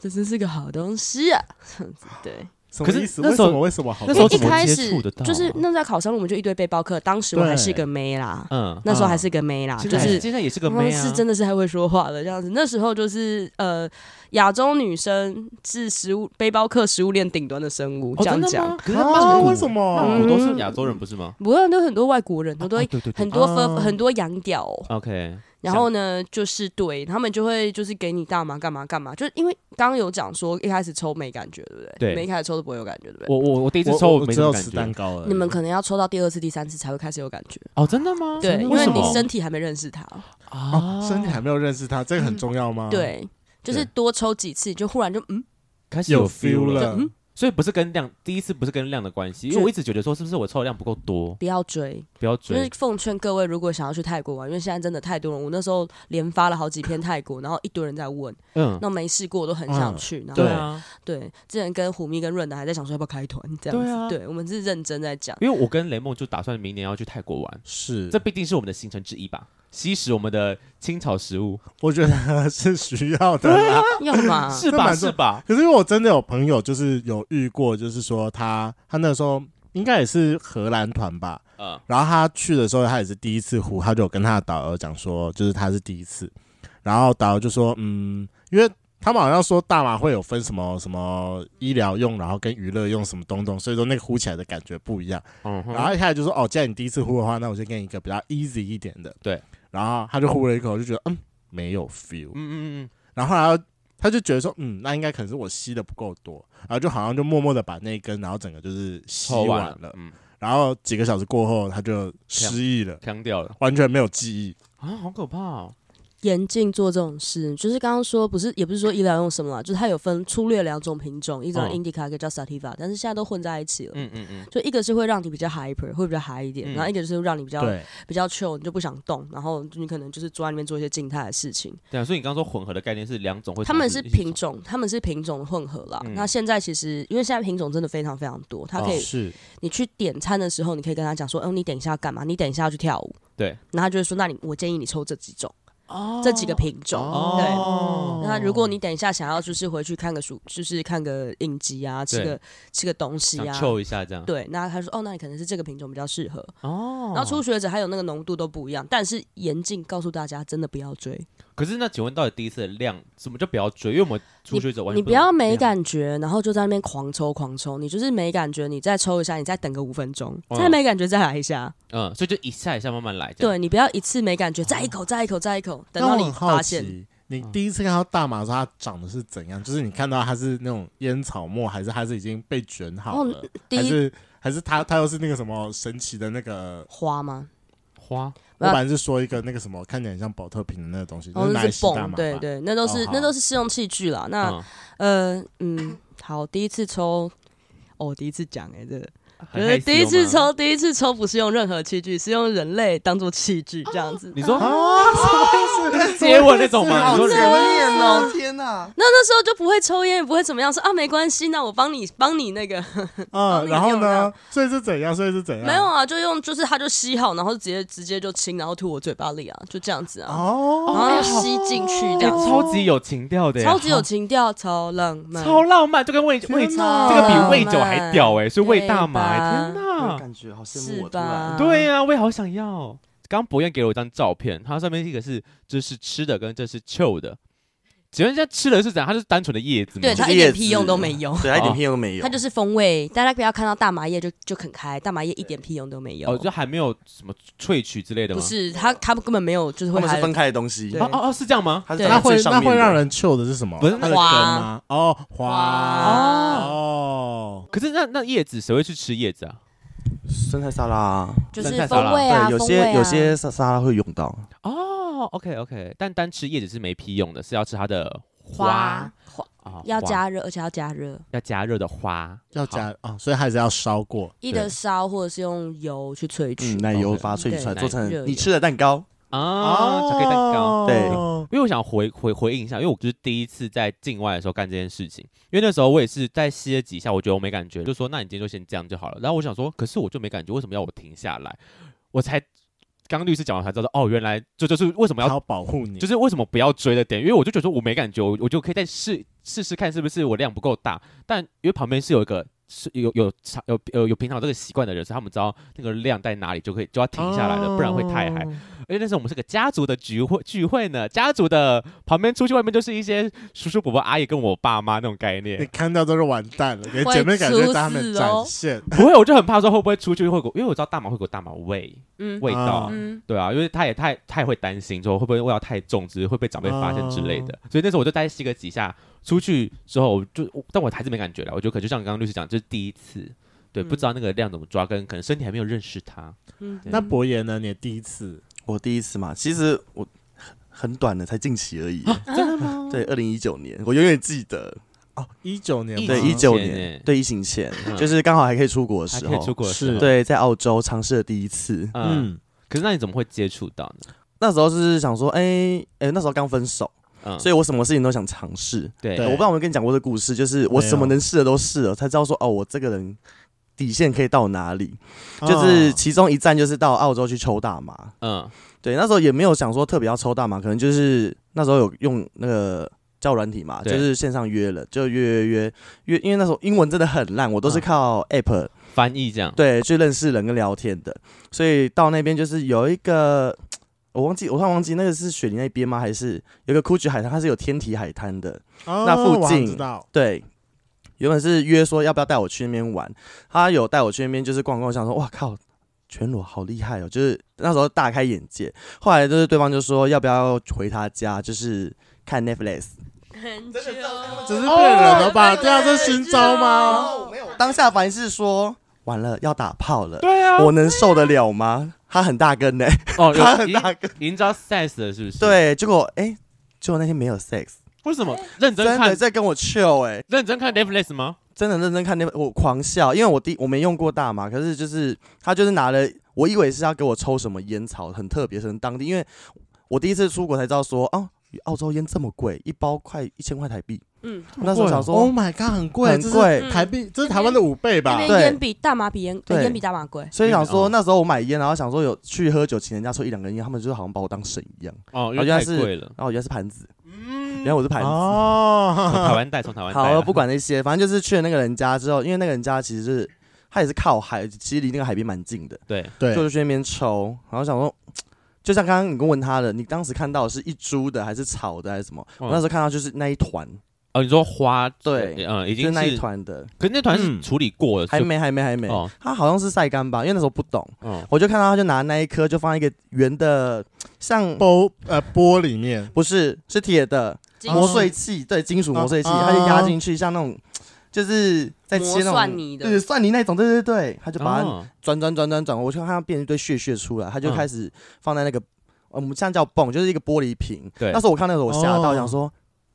Speaker 3: 这真是个好东西啊！这样子对，
Speaker 1: 什
Speaker 2: 可
Speaker 1: 么
Speaker 2: 是
Speaker 1: 意思？
Speaker 2: 那
Speaker 1: 为
Speaker 2: 时
Speaker 1: 什
Speaker 2: 候
Speaker 1: 么？为什么好多？
Speaker 2: 那时候
Speaker 3: 一
Speaker 2: 怎么
Speaker 3: 开
Speaker 2: 接
Speaker 3: 始
Speaker 2: 触得到啊
Speaker 3: 就是那在考上，我们就一堆背包客，当时我还是
Speaker 1: 对
Speaker 3: 个妹啦，
Speaker 2: 嗯，
Speaker 3: 那时候还是个妹啦，
Speaker 2: 现
Speaker 3: 就
Speaker 2: 在
Speaker 3: 是
Speaker 2: 现在也是个
Speaker 3: 我们
Speaker 2: 妹啊，
Speaker 3: 是真的是还会说话的这样子。那时候就是呃，亚洲女生是食物背包客食物链顶端的生物，
Speaker 2: 哦
Speaker 3: 这样
Speaker 2: 真的
Speaker 3: 讲
Speaker 2: 吗。可是
Speaker 1: 啊，
Speaker 2: 曼谷
Speaker 1: 为什
Speaker 2: 曼
Speaker 1: 么？
Speaker 2: 谷都是亚洲人不是吗？
Speaker 3: 不嗯过都很多外国人，很多、
Speaker 2: 哦对对对
Speaker 3: 很多
Speaker 1: 啊
Speaker 3: 分很多洋屌哦、
Speaker 2: ，OK，
Speaker 3: 然后呢，就是对他们就会就是给你大麻干嘛干嘛，就是因为刚刚有讲说一开始抽没感觉，对不对？
Speaker 2: 对
Speaker 3: 没一开始抽都不会有感觉，对不对？
Speaker 2: 我我我第一次
Speaker 1: 我呃
Speaker 2: 抽
Speaker 1: 我
Speaker 2: 没
Speaker 1: 只
Speaker 2: 什
Speaker 1: 有
Speaker 2: 么感
Speaker 1: 吃蛋
Speaker 2: 觉，
Speaker 1: 糕而已。
Speaker 3: 你们可能要抽到第二次、第三次才会开始有感觉，
Speaker 2: 哦，真的吗？
Speaker 3: 对，
Speaker 1: 真的
Speaker 3: 因
Speaker 1: 为
Speaker 3: 为
Speaker 1: 什
Speaker 3: 你
Speaker 1: 么
Speaker 3: 身体还没认识它，
Speaker 2: 啊
Speaker 1: 哦，，身体还没有认识他，这个很重要吗？，
Speaker 3: 嗯对，就是
Speaker 1: 对
Speaker 3: 多抽几次，你就忽然就嗯，
Speaker 2: 开始
Speaker 1: 有
Speaker 2: feel
Speaker 1: feel
Speaker 2: 了，
Speaker 1: 了。
Speaker 2: 所以不是跟量，第一次不是跟量的关系，因为
Speaker 3: 就
Speaker 2: 我一直觉得说是不是我抽的量不够多，
Speaker 3: 不要追，
Speaker 2: 不要
Speaker 3: 就是
Speaker 2: 追，
Speaker 3: 奉劝各位，如果想要去泰国玩，因为现在真的太多人，我那时候连发了好几篇泰国，然后一堆人在问，
Speaker 2: 嗯，
Speaker 3: 那没试过我都很想去。然后
Speaker 2: 对啊，
Speaker 3: 对，之前跟虎咪跟润南还在想说要不要开团这样子，
Speaker 2: 对啊
Speaker 3: 我们是认真在讲。
Speaker 2: 因为我跟雷梦就打算明年要去泰国玩，
Speaker 1: 是
Speaker 2: 这，必定是我们的行程之一吧，吸食我们的青草食物，
Speaker 1: 我觉得 是需要的 啦。
Speaker 3: 要嘛，
Speaker 2: 嗯是
Speaker 1: 这
Speaker 2: 吧？
Speaker 1: 蛮重
Speaker 2: 是吧？
Speaker 1: 可是因为我真的有朋友，就是有遇过，就是说他他那时候应该也是荷兰团吧，
Speaker 2: 嗯，
Speaker 1: 然后他去的时候他也是第一次呼，他就有跟他的导游讲说，就是他是第一次，然后导游就说，嗯，因为他们好像说大麻会有分什么什么医疗用，然后跟娱乐用什么东东，所以说那个呼起来的感觉不一样。
Speaker 2: 嗯哼
Speaker 1: 然后一开始就说，哦，既然你第一次呼的话，那我就给你一个比较 easy 一点的。
Speaker 2: 对，
Speaker 1: 然后他就呼了一口，就觉得嗯没有 feel，
Speaker 2: 嗯嗯嗯
Speaker 1: 然后后来他就觉得说，嗯，那应该可能是我吸的不够多，然后就好像就默默的把那一根，然后整个就是
Speaker 2: 嗯，
Speaker 1: 吸
Speaker 2: 抽完
Speaker 1: 了，
Speaker 2: 嗯，
Speaker 1: 然后几个小时过后，他就失忆了，
Speaker 2: 扛掉了
Speaker 1: 完全没有记忆。
Speaker 2: 啊，好可怕哦，
Speaker 3: 严禁做这种事，就是刚刚说不是，也不是说医疗用什么啦，就是它有分粗略两种品种，一种
Speaker 2: 嗯
Speaker 3: indica，一个叫 sativa，但是现在都混在一起了。
Speaker 2: 嗯嗯嗯，
Speaker 3: 就一个是会让你比较 hyper，会比较嗨一点，
Speaker 2: 嗯
Speaker 3: 然后一个就是让你比较
Speaker 1: 对，
Speaker 3: 比较 chill，你就不想动，然后你可能就是坐在那边做一些静态的事情。
Speaker 2: 对啊，所以你刚刚说混合的概念是两种会同时，
Speaker 3: 他们是
Speaker 2: 一起
Speaker 3: 品种，他们是品种的混合啦。
Speaker 2: 嗯哦
Speaker 3: 那现在其实因为现在品种真的非常非常多，它可以、
Speaker 1: 哦是
Speaker 3: 你去点餐的时候，你可以跟他讲说，哦，你等一下要干嘛？你等一下要去跳舞。
Speaker 2: 对
Speaker 3: 然后他就会说，那你我建议你抽这几种，这几个品种。对。
Speaker 2: 哦，
Speaker 3: 那如果你等一下想要就是回去看个书，就是看个影集啊，吃
Speaker 2: 对
Speaker 3: 个吃个东西
Speaker 2: 想
Speaker 3: 啊，
Speaker 2: 抽一下这样，
Speaker 3: 对，那他说哦，那你可能是这个品种比较适合。
Speaker 2: 哦，
Speaker 3: 然后初学者还有那个浓度都不一样，但是严禁告诉大家，真的不要追，
Speaker 2: 可是那请问到底第一次的量什么叫不要追？因为我们初学者完全
Speaker 3: 你不要没
Speaker 2: 量，
Speaker 3: 感觉，然后就在那边狂抽狂抽，你就是没感觉，你再抽一下，你再等个五分钟，
Speaker 2: 哦
Speaker 3: 再没感觉再来一下，
Speaker 2: 嗯，所以就一下一下慢慢来，这样，嗯
Speaker 3: 对你不要一次没感觉，再一口再一口再一口，等
Speaker 1: 但
Speaker 3: 到
Speaker 1: 我
Speaker 3: 你
Speaker 1: 很好
Speaker 3: 发现。
Speaker 1: 奇，你第一次看到大麻的时候，它长得是怎样？就是你看到它是那种烟草末，还是它是已经被卷好了，
Speaker 3: 哦第
Speaker 1: 还
Speaker 3: 一
Speaker 1: 是还是它它又是那个什么神奇的那个？
Speaker 3: 花吗？
Speaker 2: 花
Speaker 1: 我
Speaker 3: 那
Speaker 1: 本来是说一个那个什么看起来很像保特瓶的那个东西，
Speaker 3: 然
Speaker 1: 拿
Speaker 3: 后哦那
Speaker 1: 来
Speaker 3: 是
Speaker 1: 吸大
Speaker 3: 泵，
Speaker 1: 麻
Speaker 3: 对
Speaker 1: 吧。
Speaker 3: 对，那都是、
Speaker 1: 哦好
Speaker 3: 那都是试用器具啦。那、
Speaker 2: 嗯
Speaker 3: 呃嗯，好，第一次抽，哦，我第一次讲哎、欸，这个
Speaker 2: 很
Speaker 3: 呃
Speaker 2: 害羞
Speaker 3: 第一次
Speaker 2: 吗，
Speaker 3: 抽，第一次抽不是用任何器具，是用人类当做器具这样子。
Speaker 2: 你说
Speaker 1: 啊，什么意思？
Speaker 3: 啊
Speaker 2: 接吻那种吗？你
Speaker 4: 好
Speaker 2: 说
Speaker 4: 前面哦，天哪！
Speaker 3: 那那时候就不会抽烟，也不会怎么样，说啊没关系，那我帮你帮你那个，
Speaker 1: 啊，
Speaker 3: 那
Speaker 1: 然后
Speaker 3: 有
Speaker 1: 呢
Speaker 3: 呢？
Speaker 1: 所以是怎样？所以是怎样？
Speaker 3: 没有啊，就用就是他就吸好，然后直接直接就亲，然后吐我嘴巴里啊，就这样子啊，然
Speaker 1: 哦，
Speaker 3: 后要吸进去这
Speaker 2: 哎、
Speaker 3: 样子，
Speaker 2: 超级有情调
Speaker 4: 啊
Speaker 2: 的耶，
Speaker 3: 超级有情调，超浪漫，
Speaker 2: 超浪漫，就跟喂
Speaker 1: 天
Speaker 2: 喂，这
Speaker 1: 哪
Speaker 2: 个比喂酒还屌哎、是喂大麻、哎
Speaker 3: 对吧
Speaker 2: 天哪！
Speaker 4: 感觉好羡
Speaker 3: 是
Speaker 4: 慕我，突然
Speaker 3: 吧？
Speaker 2: 对呀、我也好想要。刚博彦给了我一张照片，它上面一个是这是吃的，跟这是 chill 的。请问一下，吃的是怎样？它就是单纯的叶子吗？
Speaker 3: 对
Speaker 4: 就是
Speaker 3: 他一点
Speaker 4: 叶子
Speaker 3: 屁用都没有，
Speaker 4: 对他一点屁用都
Speaker 2: 哦
Speaker 4: 没有，
Speaker 3: 他就是风味，大家不要看到大麻叶就就啃开，大麻叶一点屁用都没有
Speaker 2: 哦，，就还没有什么萃取之类的
Speaker 3: 不
Speaker 2: 吗？
Speaker 3: 是他他们根本没有就是
Speaker 4: 他
Speaker 3: 会
Speaker 4: 们是
Speaker 3: 还
Speaker 4: 分开的东西
Speaker 3: 对，
Speaker 2: 哦哦哦，是这样吗？
Speaker 4: 他是
Speaker 3: 对
Speaker 1: 那
Speaker 4: 长在
Speaker 1: 会
Speaker 4: 最
Speaker 1: 那
Speaker 4: 上面
Speaker 1: 会
Speaker 4: 的
Speaker 1: 让人 chill 的是什么？
Speaker 2: 不是
Speaker 1: 它的根吗？哦，花
Speaker 3: 花
Speaker 1: 哦，
Speaker 2: 可是那那叶子谁会去吃叶子啊？
Speaker 4: 生菜沙拉啊，
Speaker 3: 就
Speaker 2: 生
Speaker 3: 是
Speaker 2: 菜沙拉
Speaker 3: 风味啊，
Speaker 4: 对，有
Speaker 3: 风味
Speaker 4: 些
Speaker 3: 啊
Speaker 4: 有些沙沙拉会用到，
Speaker 2: 哦，OK OK，但单吃叶子是没屁用的，是要吃它的
Speaker 3: 花花
Speaker 2: 啊，
Speaker 3: 要
Speaker 2: 花
Speaker 3: 加热，而且要加热，
Speaker 2: 要加热的花，
Speaker 1: 要加哦，所以还是要烧过。
Speaker 3: 一的烧或者是用油去萃取
Speaker 4: 嗯，，奶油
Speaker 2: OK
Speaker 4: 把它萃取出来，
Speaker 2: 对
Speaker 4: 做成
Speaker 3: 奶油
Speaker 4: 你吃的蛋糕，
Speaker 2: 好
Speaker 3: 哦
Speaker 2: 啊，巧克力蛋糕。
Speaker 1: 哦
Speaker 4: 对
Speaker 2: 因为我想回回回应一下，因为我就是第一次在境外的时候干这件事情，因为那时候我也是在吸了几下，我觉得我没感觉，就说那你今天就先这样就好了。然后我想说，可是我就没感觉，为什么要我停下来？我才刚律师讲完才知道，哦，原来这就是为什么
Speaker 1: 它
Speaker 2: 要，
Speaker 1: 要保护你，
Speaker 2: 就是为什么不要追的点，因为我就觉得说我没感觉，我我就可以再试试试看是不是我量不够大，但因为旁边是有一个。是有有常有有有平常这个习惯的人，所以他们知道那个量在哪里，就可以就要停下来了，不然会太嗨。
Speaker 1: 哦
Speaker 2: 而且那时候我们是个家族的聚会聚会呢，家族的旁边出去外面就是一些叔叔伯伯阿姨跟我爸妈那种概
Speaker 1: 你
Speaker 2: 念。
Speaker 1: 看到都是完蛋了，连
Speaker 3: 会
Speaker 1: 姐妹感觉
Speaker 3: 猝
Speaker 1: 在他们
Speaker 3: 死
Speaker 1: 展
Speaker 3: 哦
Speaker 1: 现。
Speaker 2: 不会，我就很怕说会不会出去会有，因为我知道大麻会有大麻味
Speaker 3: 嗯
Speaker 2: 味道。
Speaker 1: 啊
Speaker 3: 嗯，
Speaker 2: 对啊，因为他也太他也会担心说会不会味道太重，只是会被长辈发现之类的，
Speaker 4: 啊
Speaker 2: 所以那时候我就大概吸个几下，出去之后我就，我但我还是没感觉了，我觉得可能就像刚刚律师讲，这、是第一次，对，
Speaker 3: 嗯
Speaker 2: 不知道那个量怎么抓，跟可能身体还没有认识它，
Speaker 3: 嗯
Speaker 2: 对
Speaker 1: 那博言呢？你第一次
Speaker 4: 我第一次嘛，其实我很很短的，才近期而已，
Speaker 2: 啊真的吗？
Speaker 4: 对，二零一九年，我永远记得，
Speaker 1: 哦，一九年
Speaker 2: 疫
Speaker 1: 吗
Speaker 4: 对，
Speaker 2: 情
Speaker 4: 一九
Speaker 2: 前
Speaker 4: 年
Speaker 2: 欸，
Speaker 4: 对，疫情前
Speaker 2: 嗯，
Speaker 4: 就是刚好还可以出国的
Speaker 2: 还
Speaker 4: 时
Speaker 2: 可以出
Speaker 4: 候，
Speaker 2: 国的时
Speaker 1: 是
Speaker 2: 候，
Speaker 4: 对，在澳洲尝试了第一次，
Speaker 2: 嗯，
Speaker 1: 嗯，
Speaker 2: 可是那你怎么会接触到呢？
Speaker 4: 那时候是想说，哎哎，那时候刚分手，
Speaker 2: 嗯，
Speaker 4: 所以我什么事情都想尝试，
Speaker 2: 对
Speaker 1: 对
Speaker 4: 我不知道我有没有跟你讲过这故事，就是我什么能试的都试了，才知道说哦，我这个人底线可以到哪里。就是
Speaker 1: 哦
Speaker 4: 其中一站就是到澳洲去抽大麻，
Speaker 2: 嗯，
Speaker 4: 对，那时候也没有想说特别要抽大麻，可能就是那时候有用那个叫软体嘛，就
Speaker 2: 对
Speaker 4: 是线上约了，就约约约约，因为那时候英文真的很烂，我都是靠 app、
Speaker 2: 翻译这样，
Speaker 4: 对去认识人跟聊天的，所以到那边就是有一个。我忘记，我突然忘记那个是雪梨那边吗？还是有一个库区海滩，它是有天体海滩的，
Speaker 1: 哦
Speaker 4: 那附
Speaker 1: 我好像
Speaker 4: 近
Speaker 1: 知道
Speaker 4: 对，原本是约说要不要带我去那边玩，他有带我去那边就是逛逛，想说哇靠，全裸好厉害哦，就是那时候大开眼界。后来就是对方就说要不要回他家，就是看 Netflix。
Speaker 3: 很
Speaker 1: 只是骗人的吧？
Speaker 3: 哦
Speaker 1: 对啊，这是新招吗？
Speaker 4: 没有，当下反应是说完了要打炮了，
Speaker 2: 对啊
Speaker 4: 我能受得了吗？他很 大根呢、
Speaker 2: 哦，
Speaker 4: 他
Speaker 2: 有
Speaker 4: 很
Speaker 2: 已
Speaker 4: 大根。
Speaker 2: 已经知道 size 了，是不是？，
Speaker 4: 对，结果哎、结果那天没有 sex，
Speaker 2: 为什么认真
Speaker 4: 真的
Speaker 2: 看
Speaker 4: 在跟我 chill 哎、
Speaker 2: 认真看 Netflix 吗？
Speaker 4: 真的认真看那本，我狂笑，因为我第我没用过大麻，可是就是他就是拿了，我以为是要给我抽什么烟草，很特别，是当地，因为我第一次出国才知道说，哦，澳洲烟这么贵，一包快一千块台币，
Speaker 3: 嗯，
Speaker 4: 那时候想
Speaker 1: ，Oh
Speaker 4: 说
Speaker 1: my god，很贵，
Speaker 4: 很
Speaker 1: 这是
Speaker 4: 贵，
Speaker 1: 台币，这是台湾的五倍吧
Speaker 3: 那？
Speaker 4: 对
Speaker 3: 边烟比大麻比烟
Speaker 4: 对
Speaker 3: 呃烟比大麻贵，
Speaker 4: 所以想说
Speaker 2: 哦
Speaker 4: 那时候我买烟，然后想说有去喝酒请人家抽一两根烟，他们就好像把我当神一样，
Speaker 2: 哦，因
Speaker 4: 哦
Speaker 2: 为
Speaker 4: 原来
Speaker 2: 太
Speaker 4: 是
Speaker 2: 贵 了。
Speaker 4: 然后我原来是盘子，原来我是盘
Speaker 1: 啊
Speaker 4: 子。
Speaker 2: 从台
Speaker 1: 哦，
Speaker 2: 湾带，从台湾带啊啦。
Speaker 4: 好，不管那些，反正就是去了那个人家之后，因为那个人家其实是他也是靠海，其实离那个海边蛮近的。
Speaker 2: 对，
Speaker 1: 对
Speaker 4: 就，是去那边抽，然后想说，就像刚刚你跟问他的，你当时看到的是一株的还是草的还是什么？
Speaker 2: 嗯
Speaker 4: 我那时候看到就是那一团，
Speaker 2: 哦，你说花，
Speaker 4: 对
Speaker 2: 嗯，已
Speaker 4: 就是
Speaker 2: 经
Speaker 4: 那一
Speaker 2: 是，
Speaker 4: 团的，
Speaker 2: 可是那团是
Speaker 1: 嗯
Speaker 2: 处理过了，
Speaker 4: 还
Speaker 2: 就，
Speaker 4: 没还没还没，
Speaker 2: 哦，
Speaker 4: 他好像是晒干吧，因为那时候不懂，
Speaker 2: 嗯，
Speaker 4: 我就看到他就拿那一颗就放一个圆的，像
Speaker 1: 玻呃玻里面
Speaker 4: 不是是铁的
Speaker 3: 金
Speaker 4: 磨
Speaker 3: 属
Speaker 4: 碎器，对，金属
Speaker 1: 啊
Speaker 4: 磨碎器，
Speaker 1: 啊
Speaker 4: 他就压进去，像那种就是在
Speaker 3: 磨
Speaker 4: 切那
Speaker 3: 蒜
Speaker 4: 种。
Speaker 3: 泥的
Speaker 4: 对，蒜泥那种，对对对，他就把它
Speaker 2: 哦
Speaker 4: 转转转转转，我就看它变一堆屑屑出来，它就
Speaker 2: 嗯
Speaker 4: 开始放在那个、呃我们现在叫泵，就是一个玻璃瓶。
Speaker 2: 对
Speaker 4: 那时候我看那时候我吓到，
Speaker 1: 哦
Speaker 4: 想说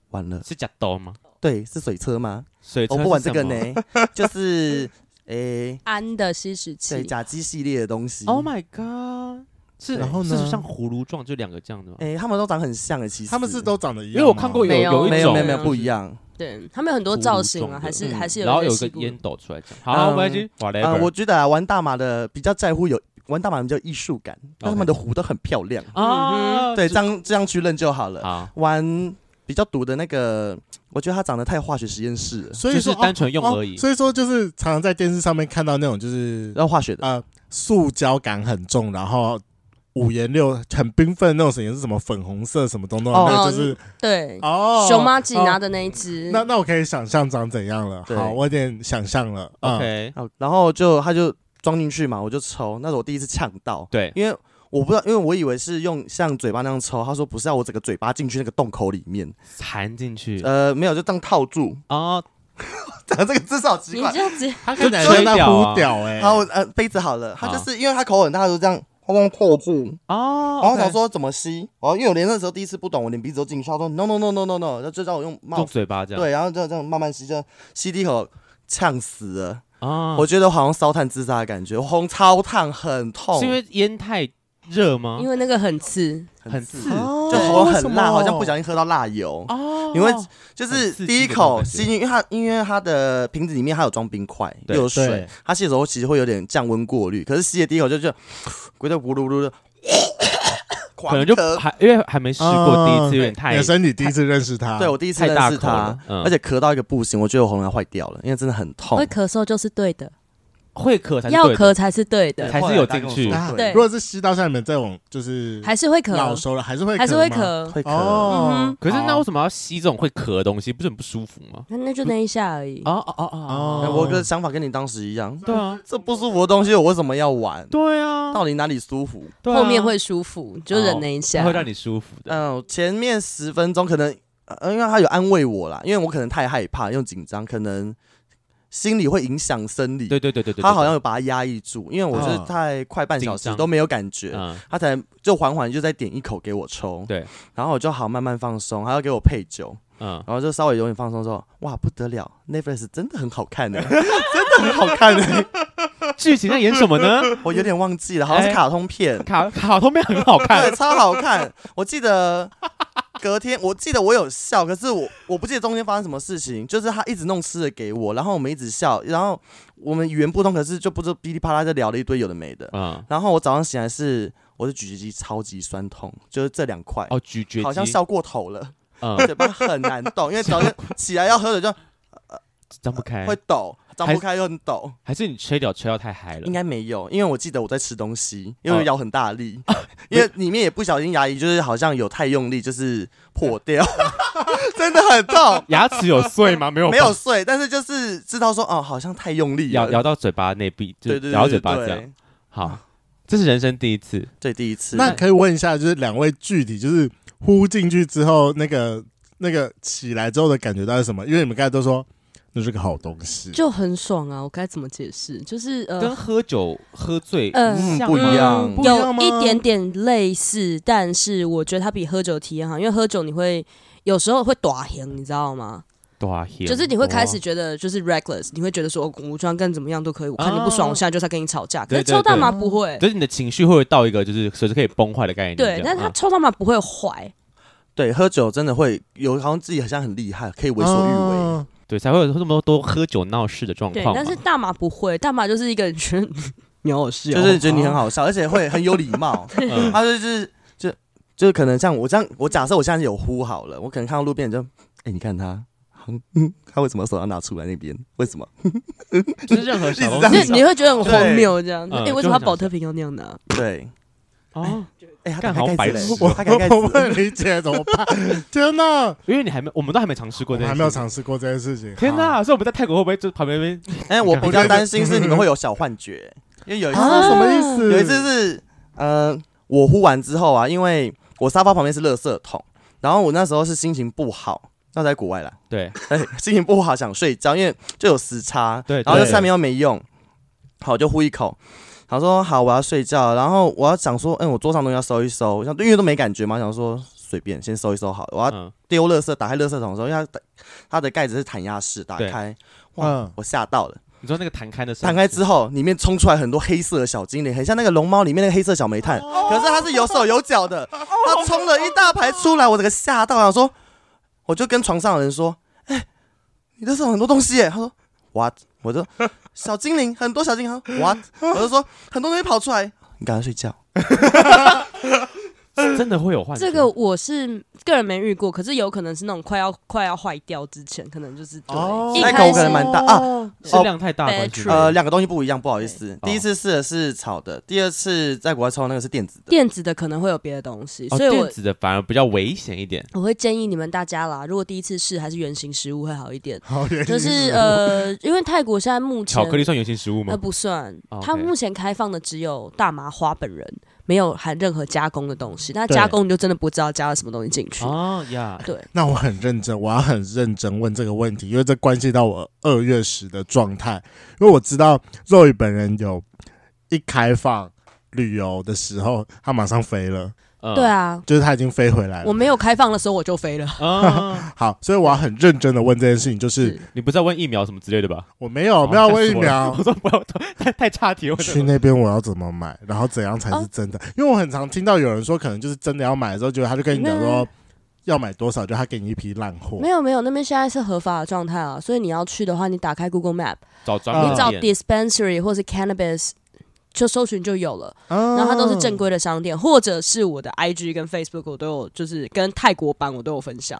Speaker 4: 完了，
Speaker 2: 是假刀吗？
Speaker 4: 对，是水车吗？
Speaker 2: 水
Speaker 4: 我、
Speaker 2: 车
Speaker 4: 不玩
Speaker 2: 是
Speaker 4: 这
Speaker 2: 什
Speaker 4: 个
Speaker 2: 么
Speaker 4: 呢。，就是诶、
Speaker 3: 安的吸食器
Speaker 4: 对，，甲基系列的东西。
Speaker 2: Oh my god！是
Speaker 1: 然后呢
Speaker 2: 是像葫芦状，就两个这样的吗？
Speaker 4: 哎、他们都长很像哎、其实
Speaker 1: 他们是都长得一样
Speaker 2: 因
Speaker 1: 吗，
Speaker 2: 为我看过
Speaker 3: 没有
Speaker 2: 有
Speaker 4: 没
Speaker 2: 一
Speaker 4: 有
Speaker 2: 种
Speaker 4: 没有没有不一样。
Speaker 3: 对他们有很多造型啊，还是
Speaker 4: 嗯
Speaker 3: 还是有一些
Speaker 2: 然后有一个
Speaker 3: 西部
Speaker 2: 烟斗出来这样。好，
Speaker 4: 嗯
Speaker 2: 没关系
Speaker 4: 啊、
Speaker 2: ，whatever。
Speaker 4: 我觉得、啊、玩大麻的比较在乎有玩大麻比较艺术感，但他们的壶都很漂亮。
Speaker 2: 啊，
Speaker 4: 嗯对，
Speaker 2: 哦就
Speaker 4: 这样这样去认就好了。
Speaker 2: 好，
Speaker 4: 玩比较毒的那个，我觉得它长得太化学实验室了，
Speaker 1: 所以
Speaker 2: 就
Speaker 1: 说
Speaker 2: 是单纯用
Speaker 1: 哦
Speaker 2: 而已。
Speaker 1: 所以说就是常常在电视上面看到那种就是
Speaker 4: 然后化学的。
Speaker 1: 呃塑胶感很重，然后五颜六很缤纷的那种神也是什么粉红色什么东东的，
Speaker 4: 哦
Speaker 1: 那个就是
Speaker 3: 对，
Speaker 1: 哦
Speaker 3: 熊妈吉拿
Speaker 1: 哦
Speaker 3: 的那一只，
Speaker 1: 那那我可以想象长怎样了。
Speaker 4: 对
Speaker 1: 好，我有点想象了。嗯
Speaker 2: OK，
Speaker 4: 哦然后就他就装进去嘛，我就抽，那是我第一次呛到，
Speaker 2: 对，
Speaker 4: 因为我不知道，因为我以为是用像嘴巴那样抽，他说不是要啊我整个嘴巴进去那个洞口里面，
Speaker 2: 含进去
Speaker 4: 呃，没有，就这样套住，
Speaker 2: 啊，
Speaker 4: 这个至少奇
Speaker 3: 你
Speaker 4: 怪
Speaker 3: 这。样子
Speaker 1: 他看起来
Speaker 2: 就
Speaker 1: 像在
Speaker 2: 吹屌啊
Speaker 1: 呼屌哎、
Speaker 4: 好，我呃杯子好了，他就是因为他口很大，他就这样。他这样套住，
Speaker 2: 哦，
Speaker 4: 然后我
Speaker 2: OK
Speaker 4: 想说怎么吸，然后因为我连那时候第一次不懂，我连鼻子都进去，他说 no no no no no no，然后就让我用帽
Speaker 2: 用
Speaker 4: 子，
Speaker 2: 嘴巴这样，
Speaker 4: 哦对，然后就这样慢慢吸，就吸第一口，呛死了，
Speaker 2: 啊，
Speaker 4: 我觉得我好像烧炭自杀的感觉，红超烫，很痛，
Speaker 2: 是因为烟太热吗
Speaker 3: 因？为那个很刺，
Speaker 2: 很刺
Speaker 1: 哦
Speaker 4: 就喉咙很辣，好
Speaker 1: 为什
Speaker 4: 像
Speaker 1: 么
Speaker 4: 不小心喝到辣油。
Speaker 2: 哦
Speaker 4: 你会就是
Speaker 2: 很刺激
Speaker 4: 第一
Speaker 2: 的
Speaker 4: 口
Speaker 2: 感觉
Speaker 4: 吸进，因为它因为它的瓶子里面它有装冰块，又
Speaker 2: 对
Speaker 4: 有水
Speaker 1: 对，
Speaker 4: 它吸的时候其实会有点降温过滤，可是吸的第一口 就就咕噜咕噜咕噜的，
Speaker 2: 可能就
Speaker 4: 狂咳
Speaker 2: 还因为还没试过，第一次有点
Speaker 1: 嗯
Speaker 2: 太
Speaker 1: 你的身体第一次认识他，
Speaker 4: 对我第一次
Speaker 2: 太
Speaker 4: 认
Speaker 2: 大
Speaker 4: 识
Speaker 2: 口
Speaker 4: 它
Speaker 2: 了，，嗯
Speaker 4: 而且咳到一个不行，我觉得我喉咙要坏掉了，因为真的很痛
Speaker 3: 会。咳嗽就是对的，
Speaker 2: 会咳才是
Speaker 3: 要
Speaker 2: 对的
Speaker 3: 咳才是对
Speaker 4: 对
Speaker 3: 的，
Speaker 2: 才是
Speaker 4: 后来
Speaker 2: 有
Speaker 4: 大家跟我
Speaker 2: 进去
Speaker 4: 说
Speaker 1: 啊
Speaker 3: 对
Speaker 1: 如果是吸到下面再往就是
Speaker 3: 还是会
Speaker 1: 老
Speaker 3: 咳，
Speaker 1: 熟了，还是会
Speaker 3: 还是会
Speaker 1: 吗。
Speaker 3: 咳。
Speaker 4: 会咳，
Speaker 1: 哦
Speaker 3: 嗯，
Speaker 2: 可是那
Speaker 1: 好
Speaker 2: 为什么要吸这种会咳的东西？不是很不舒服吗？
Speaker 3: 那那就那一下而已。
Speaker 2: 哦哦哦哦
Speaker 4: 哎
Speaker 1: 哦
Speaker 4: 我的想法跟你当时一样，
Speaker 2: 对啊，
Speaker 4: 这不舒服的东西我为什么要玩？
Speaker 2: 对啊，
Speaker 4: 到底哪里舒服？
Speaker 2: 对啊
Speaker 3: 后面会舒服，就忍了一下。
Speaker 2: 它哦会让你舒服的。
Speaker 4: 嗯，前面十分钟可能，呃，因为他有安慰我啦，因为我可能太害怕又紧张，可能心理会影响生理。
Speaker 2: 对对对对对，啊
Speaker 4: 他好像有把它压抑住，因为我就是
Speaker 1: 嗯
Speaker 4: 太快半小时
Speaker 2: 紧张
Speaker 4: 都没有感觉，
Speaker 2: 嗯
Speaker 4: 他才就缓缓就再点一口给我抽，
Speaker 2: 对，
Speaker 4: 然后我就好慢慢放松，还要给我配酒，
Speaker 2: 嗯，
Speaker 4: 然后就稍微有点放松之后，哇不得了，Netflix 真的很好看呢、 真的很好看呢、欸
Speaker 2: 剧情在演什么 呢？
Speaker 4: 我有点忘记了，好
Speaker 2: 哎
Speaker 4: 像是卡通片，
Speaker 2: 卡卡通片很好看
Speaker 4: 对，，超好看。我记得隔天，我记得我有笑，可是我我不记得中间发生什么事情。就是他一直弄吃的给我，然后我们一直笑，然后我们语言不通，可是就不知道噼里啪啦就聊了一堆有的没的。
Speaker 2: 嗯，
Speaker 4: 然后我早上醒来是我的咀嚼肌超级酸痛，就是这两块，
Speaker 2: 哦，咀嚼肌
Speaker 4: 好像笑过头了，
Speaker 2: 嗯，
Speaker 4: 嘴巴很难动，因为早上起来要 喝水就
Speaker 2: 张不开
Speaker 4: 会，抖，张不开又很抖。
Speaker 2: 哎还是你吹掉吹到太嗨了
Speaker 4: 应？该没有，因为我记得我在吃东西，
Speaker 2: 哦
Speaker 4: 因为我咬很大力，
Speaker 2: 啊
Speaker 4: 因为里面也不小心牙龈就是好像有太用力，就是破掉， 真的很痛，
Speaker 2: 牙齿有碎吗？没有吧，
Speaker 4: 没有碎，但是就是知道说哦，好像太用力
Speaker 2: 咬
Speaker 4: 了，
Speaker 2: 咬到嘴巴内壁，就
Speaker 4: 对对
Speaker 2: 咬到嘴
Speaker 4: 对
Speaker 2: 巴这
Speaker 4: 对
Speaker 2: 样。
Speaker 4: 对，
Speaker 2: 好，这是人生第一次，
Speaker 4: 对第一次，
Speaker 1: 那可以问一下，就是两位具体就是呼进去之后，那个那个起来之后的感觉到底是什么？因为你们刚才都说那是个好东西，
Speaker 3: 就很爽啊！我该怎么解释？就是
Speaker 2: 跟
Speaker 3: 呃
Speaker 2: 喝酒喝醉
Speaker 3: 嗯
Speaker 2: 像
Speaker 4: 不
Speaker 2: 吗
Speaker 4: 一样
Speaker 1: 不一样
Speaker 3: 有
Speaker 1: 吗
Speaker 3: 一点点类似，但是我觉得它比喝酒体验好，因为喝酒你会有时候会短行，你知道吗？
Speaker 2: 多少天
Speaker 3: 就是你会开始觉得就是 reckless，你会觉得说哦我装更怎么样都可以，我看你不爽，
Speaker 2: 啊
Speaker 3: 我现在就是要跟你吵架。可
Speaker 2: 对
Speaker 3: 是
Speaker 2: 对
Speaker 3: 抽大麻
Speaker 1: 对
Speaker 3: 不会，
Speaker 2: 就是你的情绪会到一个就是随时可以崩坏的概念这样。
Speaker 3: 对，但是他
Speaker 2: 嗯
Speaker 3: 抽大麻不会坏，
Speaker 4: 对喝酒真的会有好像自己好像很厉害，可以为所欲为，
Speaker 1: 哦
Speaker 2: 对才会有这么多喝酒闹事的状
Speaker 3: 对
Speaker 2: 况嘛。，
Speaker 3: 但是大麻不会，大麻就是一个人觉得 你好笑，
Speaker 4: 就是
Speaker 2: 哦
Speaker 4: 觉得你很好笑，而且会很有礼貌，
Speaker 2: 嗯
Speaker 4: 他就是就就是可能像我这样，我假设我现在有呼好了，我可能看到路边人就，哎，你看他。嗯，他为什么手要拿出来那边？为什么？
Speaker 2: 就是任何小东
Speaker 4: 一直这
Speaker 3: 你
Speaker 4: 样
Speaker 2: 西
Speaker 4: 子
Speaker 3: 你会觉得很荒谬这样。
Speaker 2: 对
Speaker 3: 哎、
Speaker 2: 嗯
Speaker 3: 为什么他
Speaker 2: 就很想
Speaker 3: 保特瓶要那样拿？
Speaker 4: 对，
Speaker 2: 哦，
Speaker 4: 哎、他
Speaker 2: 干
Speaker 4: 打
Speaker 2: 好
Speaker 4: 开
Speaker 2: 白
Speaker 4: 盖子
Speaker 2: 痴哦
Speaker 4: 了
Speaker 1: 我
Speaker 4: 他打开盖
Speaker 1: 我不
Speaker 4: 子了
Speaker 1: 能理解怎么办？ 天哪，
Speaker 2: 因为你还没，我们都还没尝试过
Speaker 1: 我
Speaker 2: 这件
Speaker 1: 还
Speaker 2: 事
Speaker 1: 没有。尝试过这件事情。啊
Speaker 2: 天哪！所以我们在泰国会不会就旁边那边
Speaker 4: 哎、我比较担心是你们会有小幻觉，因为有一次、
Speaker 1: 啊，什么意思？
Speaker 4: 有一次是呃，我呼完之后啊，因为我沙发旁边是垃圾桶，然后我那时候是心情不好，那在国外啦，
Speaker 2: 对
Speaker 4: 哎、心情不好想睡觉，因为就有时差，
Speaker 2: 对
Speaker 4: 然后就
Speaker 1: 对
Speaker 4: 下面又没用，好我就呼一口。然后说好，我要睡觉。然后我要想说，嗯，我桌上东西要收一收。想因为都没感觉嘛，想说随便先收一收好了。我要
Speaker 2: 嗯
Speaker 4: 丢垃圾，打开垃圾桶的时候，因为它的它的盖子是弹压式，打
Speaker 2: 对
Speaker 4: 开，哇，
Speaker 1: 嗯，
Speaker 4: 我吓到了，
Speaker 2: 你说那个弹开的声音，
Speaker 4: 弹开之后，里面冲出来很多黑色的小精灵，很像那个龙猫里面那个黑色小煤炭，可是它是有手有脚的，它冲了一大排出来，我整个吓到，想说，我就跟床上的人说，哎、你的手很多东西耶，他说 what，我 就小精灵很多小精灵他说，what，我 就说很多东西跑出来，你赶快睡觉，
Speaker 2: 真的会有幻觉。
Speaker 3: 这个我是个人没遇过，可是有可能是那种快要快要坏掉之前，可能就是对
Speaker 1: 哦
Speaker 3: 一
Speaker 4: 那
Speaker 3: 开
Speaker 4: 狗可
Speaker 3: 始哦
Speaker 4: 能蛮大啊，
Speaker 2: 是量太大的关系吗，
Speaker 4: 呃，两个东西不一样，不好意思，
Speaker 2: 对
Speaker 4: 第一次试的是草的，第二次在国外抽的那个是电子的，
Speaker 3: 电子的可能会有别的东西，
Speaker 2: 哦
Speaker 3: 呃所以我
Speaker 2: 电子的反而比较危险一点。
Speaker 3: 我会建议你们大家啦，如果第一次试还是原型食物会好一 点，
Speaker 1: 好原因
Speaker 3: 就是呃，因为泰国现在目前
Speaker 2: 巧克力算原型食物吗
Speaker 3: 呃？不算
Speaker 2: 哦，
Speaker 3: 它
Speaker 2: OK
Speaker 3: 目前开放的只有大麻花本人，没有含任何加工的东西。那
Speaker 1: 对
Speaker 3: 加工你就真的不知道加了什么东西进去。
Speaker 2: 哦呀，
Speaker 3: 对，
Speaker 1: 那我很认真，我要很认真问这个问题，因为这关系到我二月时的状态。因为我知道肉宇本人有一开放旅游的时候，他马上飞了，
Speaker 2: 嗯
Speaker 3: 对，啊，
Speaker 1: 就是他已经飞回来
Speaker 3: 我
Speaker 1: 了。
Speaker 3: 没有开放的时候我就飞了。
Speaker 2: 啊，
Speaker 1: 好，所以我要很认真的问这件事情，就是
Speaker 3: 是
Speaker 2: 你不是要问疫苗什么之类的吧？
Speaker 1: 我没有，没有
Speaker 2: 哦吓
Speaker 1: 问
Speaker 2: 死
Speaker 1: 疫
Speaker 2: 我了
Speaker 1: 苗
Speaker 2: 我，说不要，太太差题了。
Speaker 1: 去那边我要怎么买，然后怎样才
Speaker 3: 哦
Speaker 1: 是真的？因为我很常听到有人说，可能就是真的要买的时候，结果他就跟你讲说要买多少，就他给你一批烂货
Speaker 3: 没。有没有，那边现在是合法的状态啊，所以你要去的话，你打开 Google Map，
Speaker 2: 找专
Speaker 1: 嗯
Speaker 3: 你
Speaker 2: 门
Speaker 3: 找
Speaker 2: 的店，
Speaker 3: dispensary 或是 cannabis。就搜寻就有了，
Speaker 1: 然
Speaker 2: 嗯
Speaker 3: 然后它
Speaker 1: 哦
Speaker 3: 都是正规的商店，或者是我的 IG 跟 Facebook 我都有，就是跟泰国版我都有分享。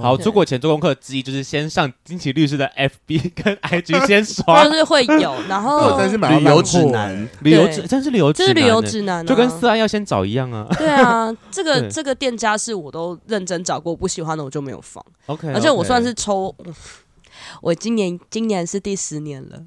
Speaker 1: 哦
Speaker 2: 好，
Speaker 3: 对
Speaker 2: 出国前做功课之一就是先上金奇律师的 FB 跟 IG 先刷
Speaker 3: 就是会有，然
Speaker 2: 哦
Speaker 1: 那我
Speaker 3: 后
Speaker 1: 真是买到
Speaker 4: 哦旅游
Speaker 1: 烂
Speaker 4: 指
Speaker 1: 货欸
Speaker 4: 南。
Speaker 2: 旅游
Speaker 3: 对
Speaker 2: 指，真是旅游指
Speaker 3: 这
Speaker 2: 南
Speaker 3: 是
Speaker 2: 欸，
Speaker 3: 旅游指南、啊，
Speaker 2: 就跟色案要先找一样 啊。
Speaker 3: 对啊，这个
Speaker 2: 对
Speaker 3: 这个店家是我都认真找过，不喜欢的我就没有放，
Speaker 2: 哎 OK，
Speaker 3: 而且我算是抽，我今年今年是第十年了，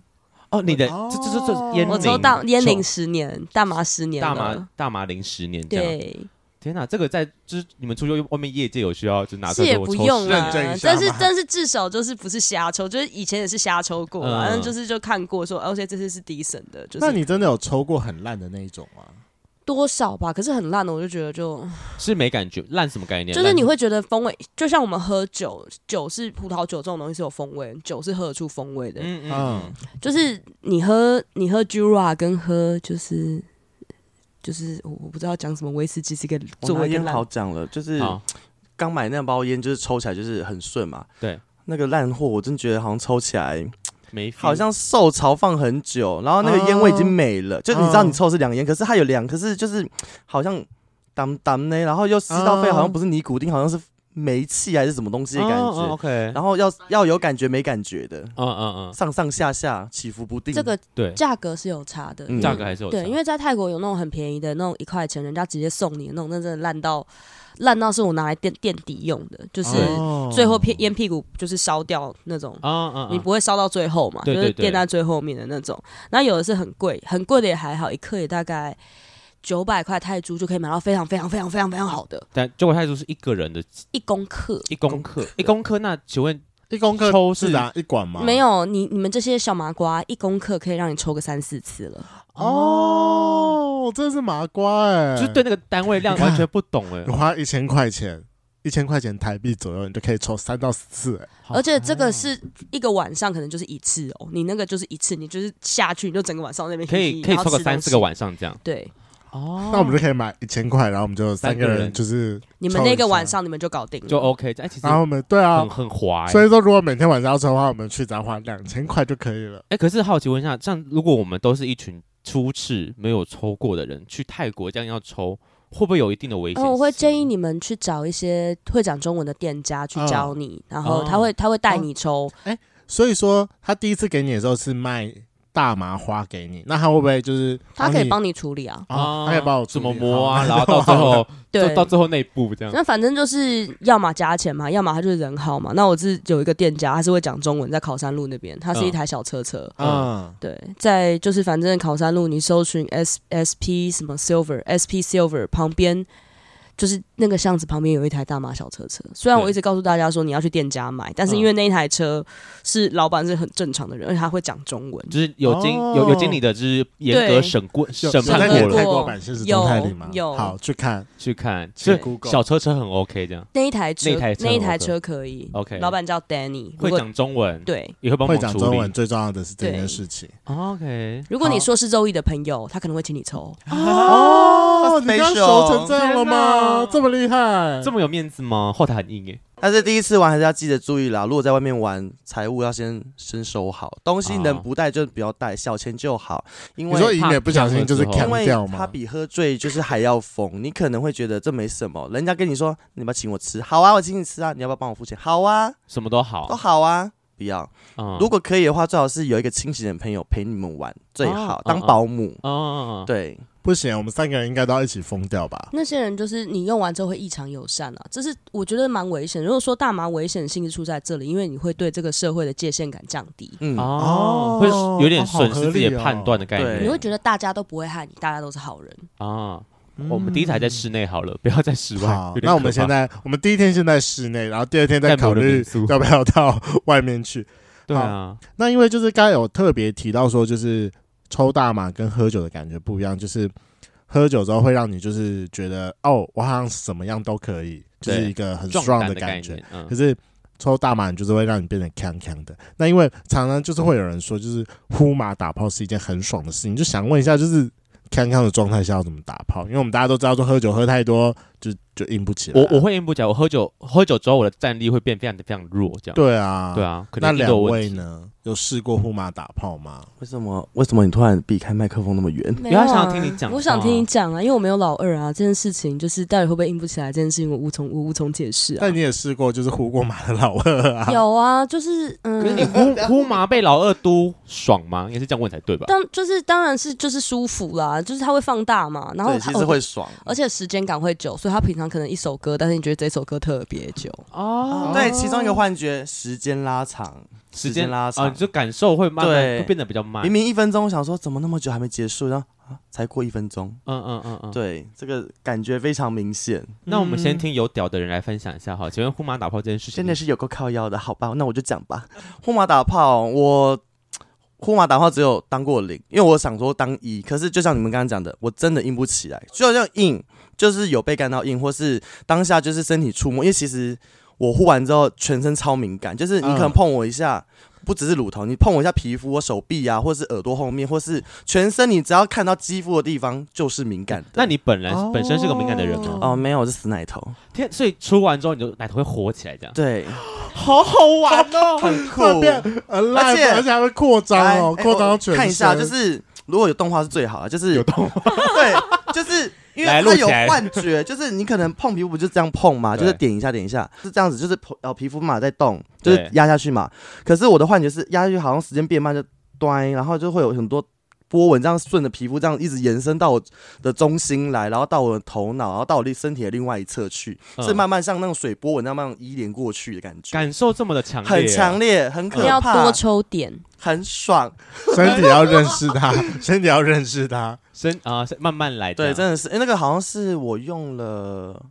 Speaker 2: 哦，你的
Speaker 1: 哦
Speaker 2: 这这这这烟龄
Speaker 3: 我抽到烟龄十年，大麻十年
Speaker 2: 大
Speaker 3: 了，
Speaker 2: 麻大麻零十年这样。
Speaker 3: 对，
Speaker 2: 天哪，这个在就是你们出去外面业界有需要就拿出
Speaker 3: 是
Speaker 2: 来
Speaker 3: 也
Speaker 2: 啊给我
Speaker 3: 不
Speaker 2: 抽
Speaker 3: 用啊
Speaker 2: 试
Speaker 3: 啦
Speaker 1: 认证一，下
Speaker 3: 但是
Speaker 1: 嘛
Speaker 3: 但是至少就是不是瞎抽，就是以前也是瞎抽过啦，
Speaker 2: 嗯
Speaker 3: 但是就是就看过说，而且这次是 decent 的，就
Speaker 1: 那
Speaker 3: 是
Speaker 1: 你真的有抽过很烂的那一种吗？
Speaker 3: 多少吧，可是很烂的，我就觉得就是
Speaker 2: 没感觉，烂什么概念？
Speaker 3: 就是
Speaker 2: 烂
Speaker 3: 你会觉得风味，就像我们喝酒，酒是葡萄酒这种东西是有风味，酒是喝得出风味的。
Speaker 2: 嗯嗯
Speaker 1: 嗯，
Speaker 3: 就是你喝你喝 Jura 跟喝就是就是我我不知道讲什么威士忌是一个
Speaker 4: 我
Speaker 3: 作
Speaker 4: 拿
Speaker 3: 为一个
Speaker 4: 烟
Speaker 3: 烂
Speaker 4: 好讲了，就
Speaker 2: 嗯，
Speaker 4: 是
Speaker 2: 好，
Speaker 4: 刚买那包烟，就是抽起来就是很顺嘛。
Speaker 2: 对，嗯
Speaker 4: 那个烂货，我真觉得好像抽起来
Speaker 2: 没 feel
Speaker 4: 好像受潮放很久，然后那个烟味已经没
Speaker 2: 哦
Speaker 4: 了。就你知道你抽的是凉烟，可是它有凉，可是就是好像当当呢，然后又吸到肺，
Speaker 1: 嗯
Speaker 4: 好像不是尼古丁，好像是煤气还是什么东西的感
Speaker 2: 哦哦
Speaker 4: 觉。
Speaker 2: OK，嗯
Speaker 4: 然后要要有感觉没感觉的，
Speaker 2: 嗯嗯，
Speaker 4: 上上下下起伏不定。
Speaker 3: 这个
Speaker 2: 对，
Speaker 3: 价格是有差的，
Speaker 4: 嗯
Speaker 2: 价格还是有
Speaker 3: 对，
Speaker 2: 差
Speaker 3: 因为在泰国有那种很便宜的那种一块钱，人家直接送你的那种，那真的烂到烂到是我拿来垫垫底用的，就是
Speaker 1: 哦
Speaker 3: 最后屁烟屁股就是烧掉那种
Speaker 2: 啊啊，
Speaker 3: 你
Speaker 2: 啊
Speaker 3: 不会烧到最后嘛，
Speaker 2: 对
Speaker 3: 就是
Speaker 2: 对对
Speaker 3: 垫在最后面的那种。那有的是很贵，很贵的也还好，一克也大概九百块泰铢就可以买到非常非常非常非常非常好的
Speaker 2: 但中国态度是一个人的
Speaker 3: 一公克。
Speaker 2: 一公克一公克，那请问
Speaker 1: 一公克
Speaker 2: 抽
Speaker 1: 是
Speaker 2: 是
Speaker 1: 啊一管吗？
Speaker 3: 没有你你们这些小麻瓜，一公克可以让你抽个三四次了。
Speaker 1: 哦，真是麻瓜哎、
Speaker 2: 就是对，那个单位量 完全不懂哎
Speaker 1: 你，花一千块钱，一千块钱台币左右，你就可以抽三到四次、哎
Speaker 2: 好啊哦
Speaker 3: 而且这个是一个晚上可能就是一次哦，你那个就是一次，你就是下去你就整个晚上在那边
Speaker 2: 可以
Speaker 3: 嘿嘿
Speaker 2: 可以
Speaker 3: 然
Speaker 2: 抽
Speaker 3: 后
Speaker 2: 个
Speaker 3: 吃
Speaker 2: 三
Speaker 3: 东
Speaker 2: 四个
Speaker 3: 西
Speaker 2: 晚上这样
Speaker 3: 对，
Speaker 2: 哦
Speaker 1: 那我们就可以买一千块，然后我们就三个
Speaker 2: 三个
Speaker 1: 人
Speaker 2: 人
Speaker 1: 就是，
Speaker 3: 你们那个晚上你们就搞定了。
Speaker 2: 就 OK，哎，其实
Speaker 1: 然后我们对啊
Speaker 2: 很，很滑欸，
Speaker 1: 所以说如果每天晚上要抽的话，我们去只要花两千块就可以了。
Speaker 2: 哎，可是好奇问一下，像如果我们都是一群初次没有抽过的人去泰国，这样要抽，会不会有一定的危险
Speaker 3: 嗯，
Speaker 2: 性？
Speaker 3: 我会建议你们去找一些会讲中文的店家
Speaker 2: 嗯
Speaker 3: 去教你，然
Speaker 2: 哦
Speaker 3: 后他会他会带你抽，
Speaker 1: 所以说他第一次给你的时候是卖大麻花给你，那他会不会就是
Speaker 3: 他可以
Speaker 1: 你
Speaker 3: 帮你处理啊。
Speaker 1: 啊，他可以帮我
Speaker 2: 怎
Speaker 1: 处
Speaker 2: 么
Speaker 1: 理
Speaker 2: 磨啊，
Speaker 1: 好
Speaker 2: 然后到最后就
Speaker 3: 对，
Speaker 2: 到最后那一步这样。
Speaker 3: 那反正就是要么加钱嘛，要么他就是人好嘛。那我是有一个店家，他是会讲中文，在考山路那边，他是一台小车车。
Speaker 1: 嗯，
Speaker 3: 对，在就是反正考山路，你搜寻 S S P 什么 Silver S P Silver 旁边就是那个巷子旁边有一台大马小车车。虽然
Speaker 2: 对嗯
Speaker 3: 我一直告诉大家说你要去店家买，但是因为那一台车是老板是很正常的人，而且他会讲中文。
Speaker 2: 就是有经有有经理的，就是严格
Speaker 3: 对
Speaker 2: 审过
Speaker 1: 有
Speaker 2: 审
Speaker 1: 哦有
Speaker 2: 判
Speaker 1: 在
Speaker 2: 过
Speaker 1: 你
Speaker 3: 看
Speaker 1: 的
Speaker 2: 了，
Speaker 1: 泰
Speaker 3: 过
Speaker 1: 国版现实动态里吗？
Speaker 3: 有有
Speaker 1: 好去看，
Speaker 2: 去看，
Speaker 1: 去
Speaker 2: 就是
Speaker 1: Google
Speaker 2: 小车车很 OK 这样
Speaker 3: 那一台车
Speaker 2: 那一台车
Speaker 3: 一台车可以
Speaker 2: OK
Speaker 3: 老板叫 Danny，如
Speaker 2: 会
Speaker 3: 果
Speaker 2: 讲中文，
Speaker 3: 对。
Speaker 2: 也会帮
Speaker 1: 会
Speaker 2: 忙
Speaker 1: 讲
Speaker 2: 处
Speaker 1: 中
Speaker 2: 理
Speaker 1: 文。最重要的是这件
Speaker 3: 对
Speaker 1: 事情。
Speaker 2: 哦 OK，
Speaker 3: 如果你
Speaker 1: 好
Speaker 3: 说是肉艺的朋友，他可能会请你抽。
Speaker 1: 哦，你刚
Speaker 4: special
Speaker 1: 熟成这样了
Speaker 2: 天
Speaker 1: 吗
Speaker 2: 哪？
Speaker 1: 这么厉害，
Speaker 4: 嗯
Speaker 2: 这么有面子吗？后台很硬哎，
Speaker 4: 但是第一次玩还是要记得注意啦。如果在外面玩，财务要先先收好，东西能
Speaker 2: 哦
Speaker 4: 不带就不要带，小钱就好，因
Speaker 1: 你说
Speaker 4: 为。
Speaker 1: 以免不小心就是
Speaker 2: 怕
Speaker 1: 砍
Speaker 4: 因为
Speaker 1: 掉
Speaker 4: 他
Speaker 1: 吗？
Speaker 4: 比喝醉就是还要疯，你可能会觉得这没什么。人家跟你说你要不要请我吃，好啊，我请你吃啊，你要不要帮我付钱？好啊，
Speaker 2: 什么都
Speaker 4: 都
Speaker 1: 哦
Speaker 2: 好。
Speaker 4: 好啊，不要。
Speaker 2: 嗯
Speaker 4: 如果可以的话，最好是有一个清醒的朋友陪你们玩，最
Speaker 2: 哦
Speaker 4: 好
Speaker 2: 哦
Speaker 4: 当
Speaker 2: 哦
Speaker 4: 保姆。
Speaker 2: 哦，
Speaker 4: 对，
Speaker 1: 不行，我们三个人应该都要一起疯掉吧？
Speaker 3: 那些人就是你用完之后会异常友善啊，这是我觉得蛮危险。如果说大麻危险性是出在这里，因为你会对这个社会的界限感降低，
Speaker 4: 嗯，
Speaker 2: 哦，会有点损失自己的判断的概
Speaker 4: 对
Speaker 1: 哦
Speaker 3: 你会
Speaker 2: 念
Speaker 3: 觉得大家都不会害你，大家都是好人。
Speaker 2: 啊。我们第一台在室内好了，不要在室外。
Speaker 1: 嗯好
Speaker 2: 有，点
Speaker 1: 那我们
Speaker 2: 可怕
Speaker 1: 现在我们第一天先在室内，然后第二天再考
Speaker 2: 在某个
Speaker 1: 虑
Speaker 2: 民宿
Speaker 1: 要不要到外面去。
Speaker 2: 对啊，
Speaker 1: 那因为就是刚才有特别提到说，就是抽大麻跟喝酒的感觉不一样，就是喝酒之后会让你就是觉得哦，我好像什么样都可以，就是
Speaker 4: 对
Speaker 1: 一个很
Speaker 2: 壮
Speaker 1: strong
Speaker 2: 胆的概
Speaker 1: 感觉。
Speaker 2: 念，嗯
Speaker 1: 可，是抽大麻，你就是会让你变得康康的。那因为常常就是会有人说，就是呼麻打炮是一件很爽的事情，就想问一下，就是康康的状态下要怎么打炮？因为我们大家都知道，说喝酒喝太多就就硬不起来。
Speaker 2: 我我会硬不起来，我喝酒喝酒之后我的战力会变非常非常弱，这样。
Speaker 1: 对啊，
Speaker 2: 对。啊，可
Speaker 1: 那
Speaker 2: 能这个
Speaker 1: 两
Speaker 2: 问
Speaker 1: 位
Speaker 2: 题？
Speaker 1: 呢，有试过呼麻打炮吗？
Speaker 4: 为什么为什么你突然避开麦克风那么远？
Speaker 3: 没
Speaker 2: 有啊想要听你讲
Speaker 3: 我想听
Speaker 2: 话
Speaker 3: 你讲啊，因为我没有老二啊，这件事情就是到底会不会硬不起来，这件事情我无从我无从解释啊
Speaker 1: 但。你也试过就是呼过麻的老二啊？
Speaker 3: 有啊，就是
Speaker 2: 可是你
Speaker 3: 嗯，
Speaker 2: 呼 呼麻被老二嘟爽吗？应该是这样问才对吧？
Speaker 3: 当就是当然是就是舒服啦，就是它会放大嘛，然后
Speaker 4: 对，
Speaker 3: 它
Speaker 4: 其实会爽。
Speaker 3: 而且时间感会久，所以他平常可能一首歌，但是你觉得这首歌特别久，
Speaker 4: 嗯
Speaker 2: 哦
Speaker 4: 对，其中一个幻觉，时间拉长，
Speaker 2: 时
Speaker 4: 时
Speaker 2: 间
Speaker 4: 间拉
Speaker 2: 啊，
Speaker 4: 长
Speaker 2: 你。就感受会慢慢
Speaker 4: 对
Speaker 2: 会变得比较慢。嗯
Speaker 4: 明明一分钟，我想说怎么那么久还没结束，然后啊，才过一分钟。
Speaker 2: 嗯嗯嗯。
Speaker 4: 对，这个感觉非常明显，
Speaker 2: 那我们先听有屌的人来分享一下哈，请问呼麻打炮这件事情
Speaker 4: 真的是有够靠腰的，好吧？那我就讲吧。呼麻打炮，我呼麻打炮只有当过零，因为我想说当一，可是就像你们刚刚讲的，我真的硬不起来，就像硬，就是有被干到硬，或是当下就是身体触摸，因为其实我呼完之后全身超敏感，就是你可能
Speaker 1: 嗯
Speaker 4: 碰我一下。不只是乳头，你碰我一下皮肤，我手臂啊，或是耳朵后面，或是全身，你只要看到肌肤的地方就是敏感的。
Speaker 2: 那你本人
Speaker 1: 哦
Speaker 2: 本身是个敏感的人吗？
Speaker 4: 哦，没有，我是死奶头。
Speaker 2: 天，所以出完之后你就奶头会火起来这样，
Speaker 4: 对，
Speaker 2: 好好玩 哦。
Speaker 4: 很酷。
Speaker 1: 会变 alive，
Speaker 4: 而且
Speaker 1: 而且还会扩张
Speaker 4: 来
Speaker 1: 哦，
Speaker 4: 哎
Speaker 1: 扩张
Speaker 4: 我
Speaker 1: 到全身。
Speaker 4: 看一 下，就是如果有动画是最好的，啊就是
Speaker 2: 有动
Speaker 4: 画，对， 就是因
Speaker 2: 来
Speaker 4: 为
Speaker 2: 录
Speaker 4: 它
Speaker 2: 起
Speaker 4: 有
Speaker 2: 来
Speaker 4: 幻觉， 就是你可能碰皮肤不就这样碰嘛，
Speaker 2: 对
Speaker 4: 就是点一下点一下是这样子，就是皮呃皮肤嘛在动，就是
Speaker 2: 对
Speaker 4: 压下去嘛。可是我的幻觉是压下去好像时间变慢就端，然后就会有很多。波纹这样顺着皮肤这样一直延伸到我的中心来，然后到我的头脑，然后到我的身体的另外一侧去，
Speaker 2: 嗯
Speaker 4: 是慢慢像那种水波纹那样慢慢依连过去的感觉，
Speaker 2: 感受这么的强烈，啊
Speaker 4: 很强，烈，很可
Speaker 3: 你要
Speaker 4: 怕
Speaker 3: 多，抽点。
Speaker 4: 很爽。
Speaker 1: 身体要认识它， 身体要认识它。
Speaker 2: 身啊，是慢慢来这
Speaker 4: 对，
Speaker 2: 样。
Speaker 4: 真的是，哎、那个好像是我用了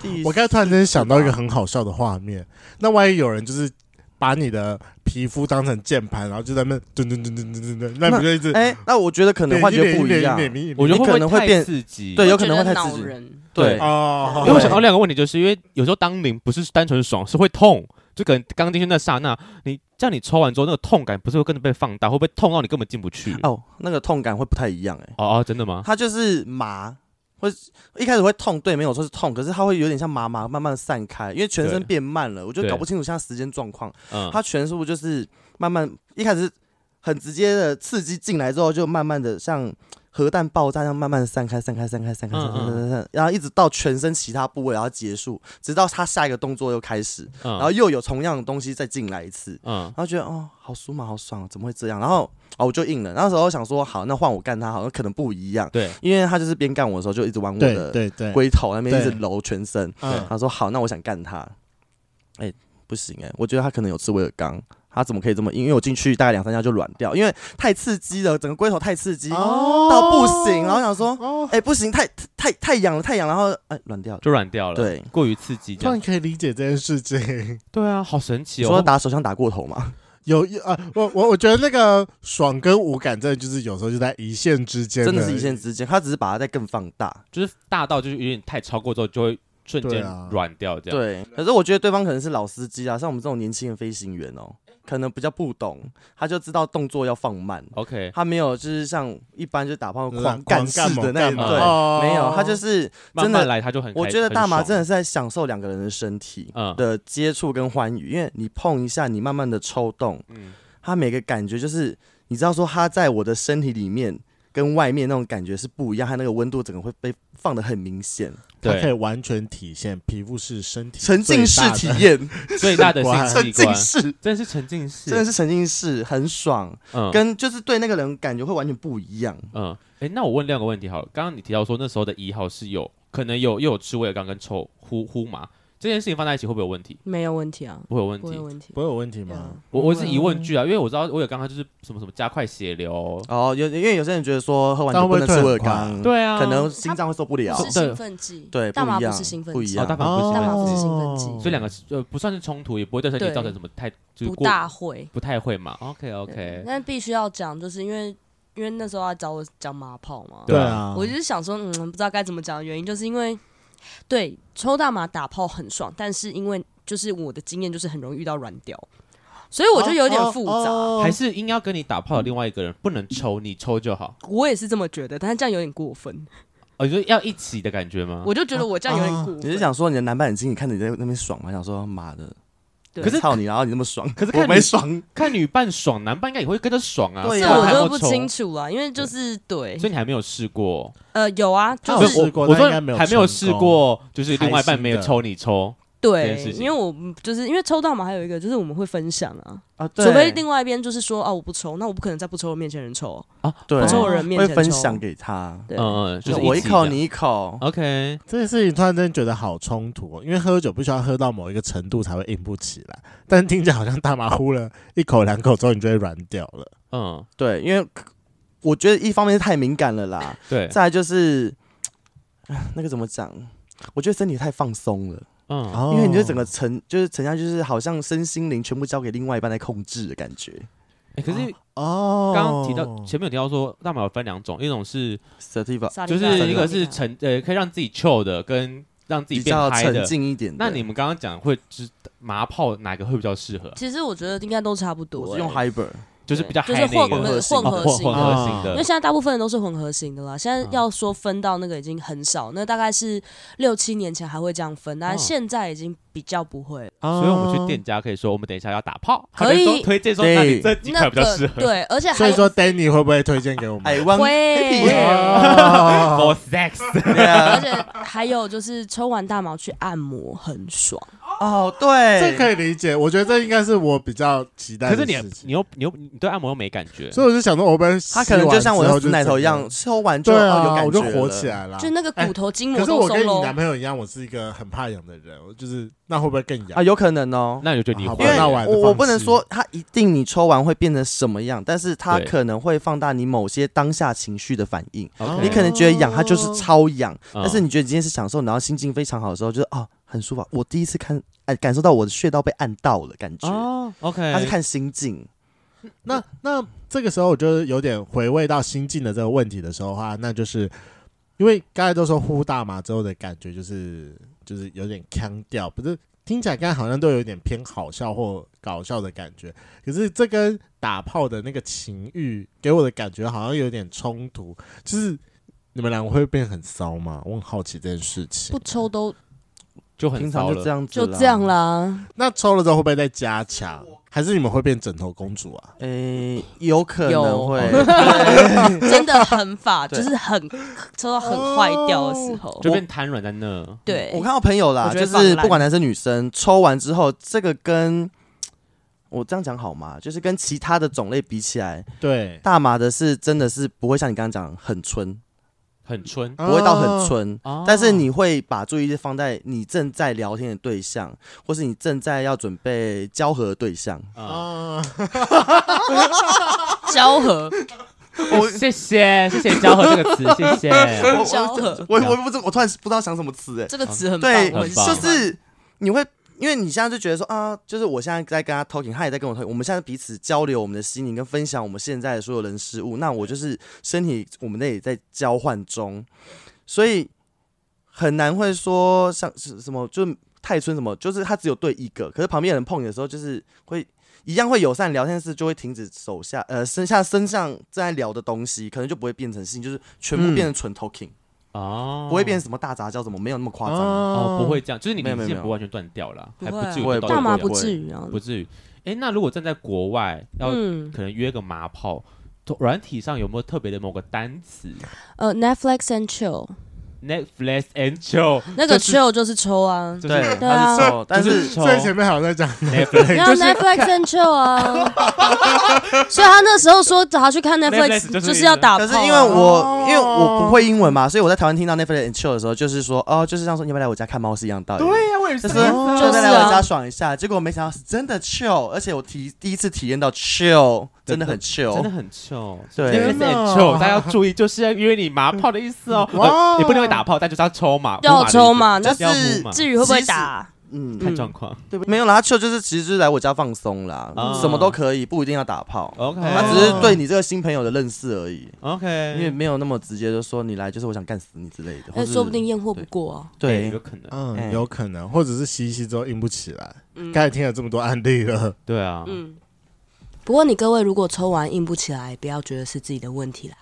Speaker 4: 第，
Speaker 1: 我刚才突然间想到一个很好笑的画面，那万一有人就是把你的皮肤当成键盘，然后就在那边噔噔噔噔噔噔噔，那你就一直
Speaker 4: 哎、那我觉得可能幻觉
Speaker 1: 脸
Speaker 4: 不
Speaker 1: 脸
Speaker 4: 一样，
Speaker 1: 脸脸脸
Speaker 2: 我觉得
Speaker 4: 你
Speaker 2: 会
Speaker 4: 可
Speaker 2: 不
Speaker 4: 能
Speaker 2: 会
Speaker 4: 会
Speaker 2: 太
Speaker 4: 变
Speaker 2: 刺激？
Speaker 4: 对，有可能会
Speaker 3: 我觉
Speaker 4: 太
Speaker 3: 得
Speaker 4: 刺
Speaker 3: 恼
Speaker 4: 激，
Speaker 3: 人，
Speaker 2: 对
Speaker 4: 对，
Speaker 1: 哦
Speaker 2: 因，为
Speaker 4: 对
Speaker 2: 我想到两个问题，就是因为有时候当零不是单纯爽，是会痛。就可能刚进去那刹那，你这样你抽完之后，那个痛感不是会跟着被放大，会不会痛到你根本进不去？哦
Speaker 4: 哦，那个痛感会不太一样、哎，
Speaker 2: 哦，真的吗？
Speaker 4: 它就是麻，会一开始会痛，对，没有错是痛，可是它会有点像麻麻，慢慢地散开，因为全身
Speaker 2: 对
Speaker 4: 变慢了，我就
Speaker 2: 对
Speaker 4: 搞不清楚现在时间状况，
Speaker 2: 嗯，
Speaker 4: 它全速就是慢慢一开始是很直接的刺激进来之后，就慢慢的像核弹爆炸一样慢慢地散开、散开、散开、散开、散开、散开散开，然后一直到全身其他部位，然后结束，直到它下一个动作又开始，
Speaker 2: 嗯
Speaker 4: 然后又有同样的东西再进来一次，
Speaker 2: 嗯
Speaker 4: 然后觉得哦好舒嘛，好爽，怎么会这样？然后哦我就硬了，那时候想说好，那换我干他好像可能不一样，
Speaker 2: 对，
Speaker 4: 因为他就是边干我的时候就一直玩我
Speaker 1: 对
Speaker 4: 的
Speaker 1: 对对，
Speaker 4: 龟头那边一直
Speaker 1: 对
Speaker 4: 揉全身，
Speaker 1: 嗯
Speaker 4: 他说好，那我想干他。哎、不行哎、我觉得他可能有吃威尔刚，它怎么可以这么硬？因为我进去大概两三下就软掉，因为太刺激了，整个龟头太刺激、
Speaker 1: 哦
Speaker 4: 到不行，然后想说，
Speaker 1: 哦，
Speaker 4: 哎、不行，太太太痒了，太痒了，然后哎软、掉了。
Speaker 2: 就软掉了，
Speaker 4: 对，
Speaker 2: 过于刺激这
Speaker 1: 突
Speaker 2: 样
Speaker 1: 然。可以理解这件事情。
Speaker 2: 对啊，好神奇
Speaker 4: 你
Speaker 2: 哦！
Speaker 4: 说打手枪打过头吗？
Speaker 1: 有一啊，我我我觉得那个爽跟无感，真的就是有时候就在一线之间，
Speaker 4: 真的是一线之间，他只是把它再更放大。
Speaker 2: 就是大到就是有点太超过之后，就会瞬
Speaker 1: 对
Speaker 2: 间
Speaker 1: 啊
Speaker 2: 软掉这样。
Speaker 4: 对，可是我觉得对方可能是老司机啊，像我们这种年轻的飞行员哦、可能比较不懂，他就知道动作要放慢。
Speaker 2: OK，
Speaker 4: 他没有，就是像一般就打炮
Speaker 1: 嗯
Speaker 4: 狂
Speaker 1: 干
Speaker 4: 干式的
Speaker 1: 猛
Speaker 4: 那
Speaker 1: 干
Speaker 4: 一
Speaker 1: 嘛
Speaker 4: 对，
Speaker 1: 哦
Speaker 4: 没有，他就是
Speaker 2: 慢
Speaker 4: 真
Speaker 2: 慢
Speaker 4: 的。
Speaker 2: 来，他就很开。
Speaker 4: 我觉得大麻
Speaker 2: 很爽
Speaker 4: 真的是在享受两个人的身体
Speaker 2: 嗯
Speaker 4: 的接触跟欢愉，因为你碰一下，你慢慢的抽动，
Speaker 2: 嗯
Speaker 4: 它每个感觉就是你知道说它在我的身体里面跟外面那种感觉是不一样，它那个温度整个会被放的很明显，
Speaker 1: 它可以
Speaker 2: 对
Speaker 1: 完全体现皮肤是身体
Speaker 4: 沉浸式
Speaker 1: 最大的
Speaker 4: 体 验，
Speaker 2: 最大的性
Speaker 4: 沉
Speaker 2: 器
Speaker 4: 浸
Speaker 2: 官，
Speaker 4: 式
Speaker 2: 真的是沉浸式，
Speaker 4: 真的是沉浸式，很爽，
Speaker 2: 嗯
Speaker 4: 跟就是对那个人感觉会完全不一样。
Speaker 2: 嗯，哎，那我问两个问题好了。刚刚你提到说那时候的一号是有可能有又有吃威尔刚跟抽呼呼麻这件事情放在一起会不会有问题？
Speaker 3: 没有问题啊，
Speaker 2: 不会有问
Speaker 3: 不会
Speaker 2: 题
Speaker 3: 有。问题。
Speaker 1: 不会有问题
Speaker 3: 对啊
Speaker 1: 吗？
Speaker 2: 我我是疑问句啊，因为我知道威尔刚他就是什么什么加快血流，
Speaker 4: 哦，有因为有些人觉得说喝完
Speaker 1: 但
Speaker 4: 酒
Speaker 1: 会不会
Speaker 4: 不能
Speaker 1: 退
Speaker 4: 吃威尔
Speaker 1: 很快
Speaker 4: 刚，
Speaker 2: 对啊，
Speaker 4: 可能心脏会受不了
Speaker 3: 不。是兴奋剂，
Speaker 4: 对
Speaker 3: 大麻
Speaker 4: 不一
Speaker 3: 不
Speaker 4: 样
Speaker 3: 是兴奋
Speaker 4: 不一
Speaker 3: 剂，
Speaker 2: 哦
Speaker 4: 样
Speaker 2: 大
Speaker 1: 哦
Speaker 2: 麻
Speaker 3: 大麻
Speaker 2: 不
Speaker 3: 不
Speaker 2: 是
Speaker 3: 是
Speaker 2: 兴
Speaker 3: 兴奋剂
Speaker 2: 所以两个是呃不算是冲突，也不会对身体
Speaker 3: 对
Speaker 2: 造成什么太就是
Speaker 3: 不
Speaker 2: 过
Speaker 3: 大会。
Speaker 2: 不太会嘛。OK OK，
Speaker 3: 对但必须要讲，就是因为因为那时候他找我讲马炮嘛，
Speaker 2: 对啊
Speaker 1: 啊，
Speaker 3: 我就是想说，嗯，不知道该怎么讲的原因，就是因为对抽大麻打炮很爽，但是因为就是我的经验就是很容易遇到软屌，所以我就有点复杂。
Speaker 1: 哦
Speaker 2: 还是应该要跟你打炮的另外一个人不能抽，你抽就好。
Speaker 3: 我也是这么觉得，但是这样有点过分，
Speaker 2: 哦，你说要一起的感觉吗？
Speaker 3: 我就觉得我这样有点过分。
Speaker 4: 啊你是想说你的男伴很近，你看你在那边爽吗？想说妈的，
Speaker 3: 对
Speaker 4: 可是操你，然后你那么爽，
Speaker 2: 可是看
Speaker 4: 我
Speaker 2: 你
Speaker 4: 没爽，
Speaker 2: 看女伴爽，男伴应该也会跟着爽啊。
Speaker 4: 对
Speaker 3: 这
Speaker 4: 啊
Speaker 2: 虽
Speaker 3: 我
Speaker 2: 然
Speaker 3: 就
Speaker 2: 他
Speaker 3: 不
Speaker 2: 有抽
Speaker 3: 清楚了，因为就是对
Speaker 2: 所，以你还没有试过，
Speaker 3: 呃，有啊，
Speaker 1: 他
Speaker 4: 哦
Speaker 3: 就
Speaker 1: 有
Speaker 3: 是
Speaker 1: 试过
Speaker 2: 我我
Speaker 1: 但
Speaker 2: 说
Speaker 1: 应该没有
Speaker 2: 还没有试过，就是另外一
Speaker 1: 开
Speaker 2: 半
Speaker 1: 心
Speaker 2: 没有
Speaker 1: 的
Speaker 2: 抽你抽这
Speaker 3: 对
Speaker 2: 件事，情
Speaker 3: 因为我就是因为抽到嘛，还有一个就是我们会分享啊，
Speaker 2: 哦
Speaker 4: 啊，对
Speaker 3: 除非另外一边就是说哦我不抽，那我不可能在不抽的面前人抽，
Speaker 2: 啊，
Speaker 4: 对
Speaker 3: 不抽的人面
Speaker 4: 会
Speaker 3: 前抽
Speaker 4: 分享给他，
Speaker 3: 对，
Speaker 2: 嗯嗯，就是
Speaker 4: 我一
Speaker 2: 起
Speaker 4: 口
Speaker 2: 的
Speaker 4: 你一口，
Speaker 2: OK，
Speaker 1: 这件事情突然间觉得好冲突哦，因为喝酒必须要喝到某一个程度才会硬不起来，但听起来好像大麻呼了一口两口之后你就会软掉了。
Speaker 2: 嗯，
Speaker 4: 对，因为我觉得一方面是太敏感了啦，
Speaker 2: 对，
Speaker 4: 再来就是唉那个怎么讲？我觉得身体太放松了，
Speaker 2: 嗯，
Speaker 1: 哦
Speaker 4: 因为你就整个沉，就是沉下，去，就是好像身心灵全部交给另外一半来控制的感觉。
Speaker 2: 哎，可是
Speaker 1: 哦，
Speaker 2: 刚刚提到前面有提到说大麻有分两种，一种是
Speaker 4: Sativa
Speaker 3: 萨
Speaker 2: 就
Speaker 3: 利卡
Speaker 2: 是一
Speaker 4: 萨
Speaker 2: 个
Speaker 4: 利
Speaker 2: 是沉呃可以让自己 chill 的，跟让自己
Speaker 4: 比
Speaker 2: 变
Speaker 4: 较
Speaker 2: 嗨
Speaker 4: 沉
Speaker 2: 的。
Speaker 4: 静一点的，
Speaker 2: 那你们刚刚讲会就是麻炮哪个会比较适合？啊
Speaker 3: 其实我觉得应该都差不多、欸，
Speaker 4: 我是用 Hyper，
Speaker 2: 就是比较
Speaker 3: 就
Speaker 2: 嗨
Speaker 3: 是
Speaker 2: 那
Speaker 3: 混
Speaker 2: 个
Speaker 3: 那
Speaker 4: 合
Speaker 3: 个
Speaker 4: 型
Speaker 2: 哦
Speaker 3: 混合型
Speaker 2: 混
Speaker 1: 啊
Speaker 3: 的。
Speaker 2: 合型
Speaker 3: 因
Speaker 2: 的
Speaker 3: 为，现在大部分人都是混合型的啦，现在
Speaker 2: 嗯
Speaker 3: 要说分到那个已经很少，那大概是六七年前还会这样分，但
Speaker 2: 哦
Speaker 3: 现在已经比较不会了。
Speaker 1: 哦，
Speaker 2: 所以我们去店家可以说我们等一下要打炮，
Speaker 3: 可
Speaker 2: 他就说
Speaker 3: 以
Speaker 2: 推荐说
Speaker 4: 对
Speaker 2: 那你这几
Speaker 3: 那
Speaker 2: 款比较适
Speaker 3: 个
Speaker 2: 合。
Speaker 3: 对，而且
Speaker 1: 所
Speaker 3: 还
Speaker 1: 以说 Danny 会不会推荐给我
Speaker 4: 哦哎
Speaker 1: 们？
Speaker 4: ，One
Speaker 3: 会，
Speaker 1: 哦
Speaker 2: For sex，
Speaker 3: 而
Speaker 4: 啊
Speaker 3: 且还有就是抽完大毛去按摩很爽。
Speaker 4: 哦，对，
Speaker 1: 这可以理解，我觉得这应该是我比较期待
Speaker 2: 可
Speaker 1: 的
Speaker 2: 是
Speaker 1: 事
Speaker 2: 你
Speaker 1: 情。
Speaker 2: 你又你又你对按摩又没感觉，
Speaker 1: 所以我就想说，我们
Speaker 4: 他可能就像我的
Speaker 1: 的
Speaker 4: 死奶头一样，，抽完就
Speaker 1: 对
Speaker 4: 哦有
Speaker 1: 啊，
Speaker 4: 感
Speaker 1: 我就
Speaker 4: 觉
Speaker 1: 火
Speaker 4: 了
Speaker 1: 起。来了。
Speaker 3: 就那个骨头筋
Speaker 1: 可是
Speaker 3: 膜都
Speaker 1: 我跟
Speaker 3: 松
Speaker 1: 你
Speaker 3: 喽
Speaker 1: 男。朋友一样，我是一个很怕痒的人，我就是那会不会更痒
Speaker 4: 啊，？有可能哦，
Speaker 2: 那你就觉得你
Speaker 1: 好吧
Speaker 2: 会
Speaker 4: 因为
Speaker 1: 那我还是
Speaker 4: 我我
Speaker 1: 放
Speaker 4: 不能
Speaker 1: 弃
Speaker 4: 说它一定你抽完会变成什么样，但是它
Speaker 2: 对
Speaker 4: 可能会放大你某些当下情绪的反应。
Speaker 2: OK
Speaker 4: 你可能觉得痒，
Speaker 3: 哦
Speaker 4: 它就是超痒，
Speaker 2: 嗯
Speaker 4: 但是你觉得你今天是享受，然后心情非常好的时候，就是哦很舒服。我第一次看，哎，感受到我的穴道被按到了感觉，
Speaker 2: 哦
Speaker 4: 它是
Speaker 1: 哎
Speaker 2: ，OK，
Speaker 4: 看心境。
Speaker 3: 嗯
Speaker 1: 那那这个时候，我就有点回味到心境的这个问题的时候的话，那就是因为刚才都说呼大麻之后的感觉，就是就是有点腔调，不是听起来刚才好像都有点偏好笑或搞笑的感觉，可是这跟打炮的那个情欲给我的感觉好像有点冲突，就是。你们两个会变很骚吗？我很好奇这件事情
Speaker 3: 不。抽都
Speaker 2: 就很
Speaker 4: 平
Speaker 2: 骚
Speaker 4: 常就这
Speaker 2: 了。
Speaker 4: 样子，
Speaker 3: 就这样。啦，
Speaker 1: 那抽了之后会不会再加强？还是你们会变枕头公主啊？
Speaker 4: 诶，有可能
Speaker 3: 有
Speaker 4: 会，
Speaker 3: 真的很法，
Speaker 4: 对
Speaker 3: 就是很抽到很坏掉的时候，
Speaker 2: 就变瘫软在那，
Speaker 3: 对，
Speaker 4: 我看到朋友啦，
Speaker 3: 我觉得
Speaker 4: 就是
Speaker 3: 放烂
Speaker 4: 不管男生女生，抽完之后，这个跟我这样讲好吗？就是跟其他的种类比起来，
Speaker 1: 对，
Speaker 4: 大麻的是真的是不会像你刚刚讲很纯，
Speaker 2: 很春
Speaker 1: 啊
Speaker 4: 不会到很纯，
Speaker 2: 哦
Speaker 4: 啊但是你会把注意力放在你正在聊天的对象，或是你正在要准备交合的对象。
Speaker 2: 啊，
Speaker 1: 啊，
Speaker 3: 交合，
Speaker 2: 我哦谢谢谢谢交合这 个词，谢谢。
Speaker 4: 我
Speaker 3: 交合
Speaker 4: 我我不知，我突然不知道想什么词哎、
Speaker 3: 这个词很棒，
Speaker 4: 对
Speaker 3: 我很，喜
Speaker 2: 棒
Speaker 4: 就
Speaker 3: 欢
Speaker 4: 是你会，因为你现在就觉得说啊，就是我现在在跟他 talking，他也在跟我 talking，我们现在彼此交流我们的心灵跟分享我们现在的所有人事物，那我就是身体我们那也在交换中，所以很难会说像是什么就是太春什么，就是他只有对一个，可是旁边有人碰你的时候，就是会。一样会友善聊天室就会停止手下呃身下身上正在聊的东西，可能就不会变成性，就是全部
Speaker 1: 嗯
Speaker 4: 变成纯 talking，、
Speaker 2: 哦，
Speaker 4: 不会变成什么大杂交，怎么没有那么夸张、
Speaker 2: 哦，不会这样，就是你
Speaker 4: 没有
Speaker 2: 连
Speaker 4: 没有
Speaker 2: 线
Speaker 4: 没有
Speaker 2: 不完全断掉了，
Speaker 3: 不
Speaker 2: 还不
Speaker 3: 会啊
Speaker 2: 至于
Speaker 4: 不
Speaker 2: 到
Speaker 4: 会不
Speaker 3: 大
Speaker 4: 会
Speaker 3: 麻
Speaker 4: 不
Speaker 3: 不
Speaker 4: 会
Speaker 3: 至于啊，
Speaker 2: 不至于。哎，那如果站在国外，要
Speaker 3: 嗯。
Speaker 2: 可能约个麻炮，都软体上有没有特别的某个单词
Speaker 3: 呃，Netflix and chill，
Speaker 2: ？Netflix and chill，
Speaker 3: 那个
Speaker 2: 就是
Speaker 3: chill 就是抽啊，
Speaker 2: 就是
Speaker 4: 对，
Speaker 3: 对
Speaker 4: 他
Speaker 3: 啊
Speaker 4: 是瘦，但
Speaker 2: 就是抽
Speaker 1: 所以前面好像在讲
Speaker 2: Netflix
Speaker 3: 没有 Netflix and chill 啊，所以他那时候说找他去看
Speaker 2: Netflix
Speaker 3: Netflix，
Speaker 2: 就是
Speaker 3: 就是要打炮
Speaker 4: 可
Speaker 3: 啊，
Speaker 4: 是因为我
Speaker 1: 哦
Speaker 4: 因为我不会英文嘛，所以我在台湾听到 Netflix and chill 的时候，就是说哦，就是像说你要不要来我家看猫是一样道理。
Speaker 2: 对呀，我也
Speaker 4: 就是是
Speaker 2: 这样
Speaker 4: 就
Speaker 2: 啊，
Speaker 4: 是
Speaker 3: 是
Speaker 4: 来
Speaker 3: 啊
Speaker 4: 我家爽一下，结果没想到是真的 chill，而且我体第一次体验到 chill，真的很
Speaker 2: 真的
Speaker 4: chill，
Speaker 2: 很 chill。
Speaker 4: 对
Speaker 1: 天
Speaker 2: ，Netflix
Speaker 1: 哪
Speaker 3: 哦
Speaker 2: and chill，大家要注意，就是要约你麻炮的意思哦。
Speaker 1: 哇
Speaker 2: 呃也不能会打炮，但就是要抽嘛，
Speaker 3: 要抽
Speaker 2: 嘛
Speaker 3: 嘛，
Speaker 4: 就
Speaker 3: 那
Speaker 2: 要
Speaker 4: 是
Speaker 2: 呼嘛
Speaker 3: 至于会不会打？
Speaker 2: 的意
Speaker 4: 嗯，
Speaker 2: 思，看状况。
Speaker 4: 对不对没有啦，他 chill 就是其实就是来我家放松啦
Speaker 2: 啊，哦
Speaker 4: 什么都可以，不一定要打炮，
Speaker 2: OK，
Speaker 4: 他只
Speaker 3: 哦
Speaker 4: 是对你这个新朋友的认识而已，因为
Speaker 2: OK，
Speaker 4: 没有那么直接就说你来就是我想干死你之类的，或
Speaker 3: 哎，
Speaker 4: 是
Speaker 3: 说不定验货不过啊，
Speaker 2: 哎有
Speaker 4: 对
Speaker 2: 可能，
Speaker 1: 嗯
Speaker 4: 哎，
Speaker 1: 有可能，或者是吸一吸之后硬不起来。
Speaker 3: 嗯
Speaker 1: 刚才听了这么多案例了，
Speaker 2: 对啊，
Speaker 3: 嗯。不过你各位如果抽完硬不起来，不要觉得是自己的问题啦。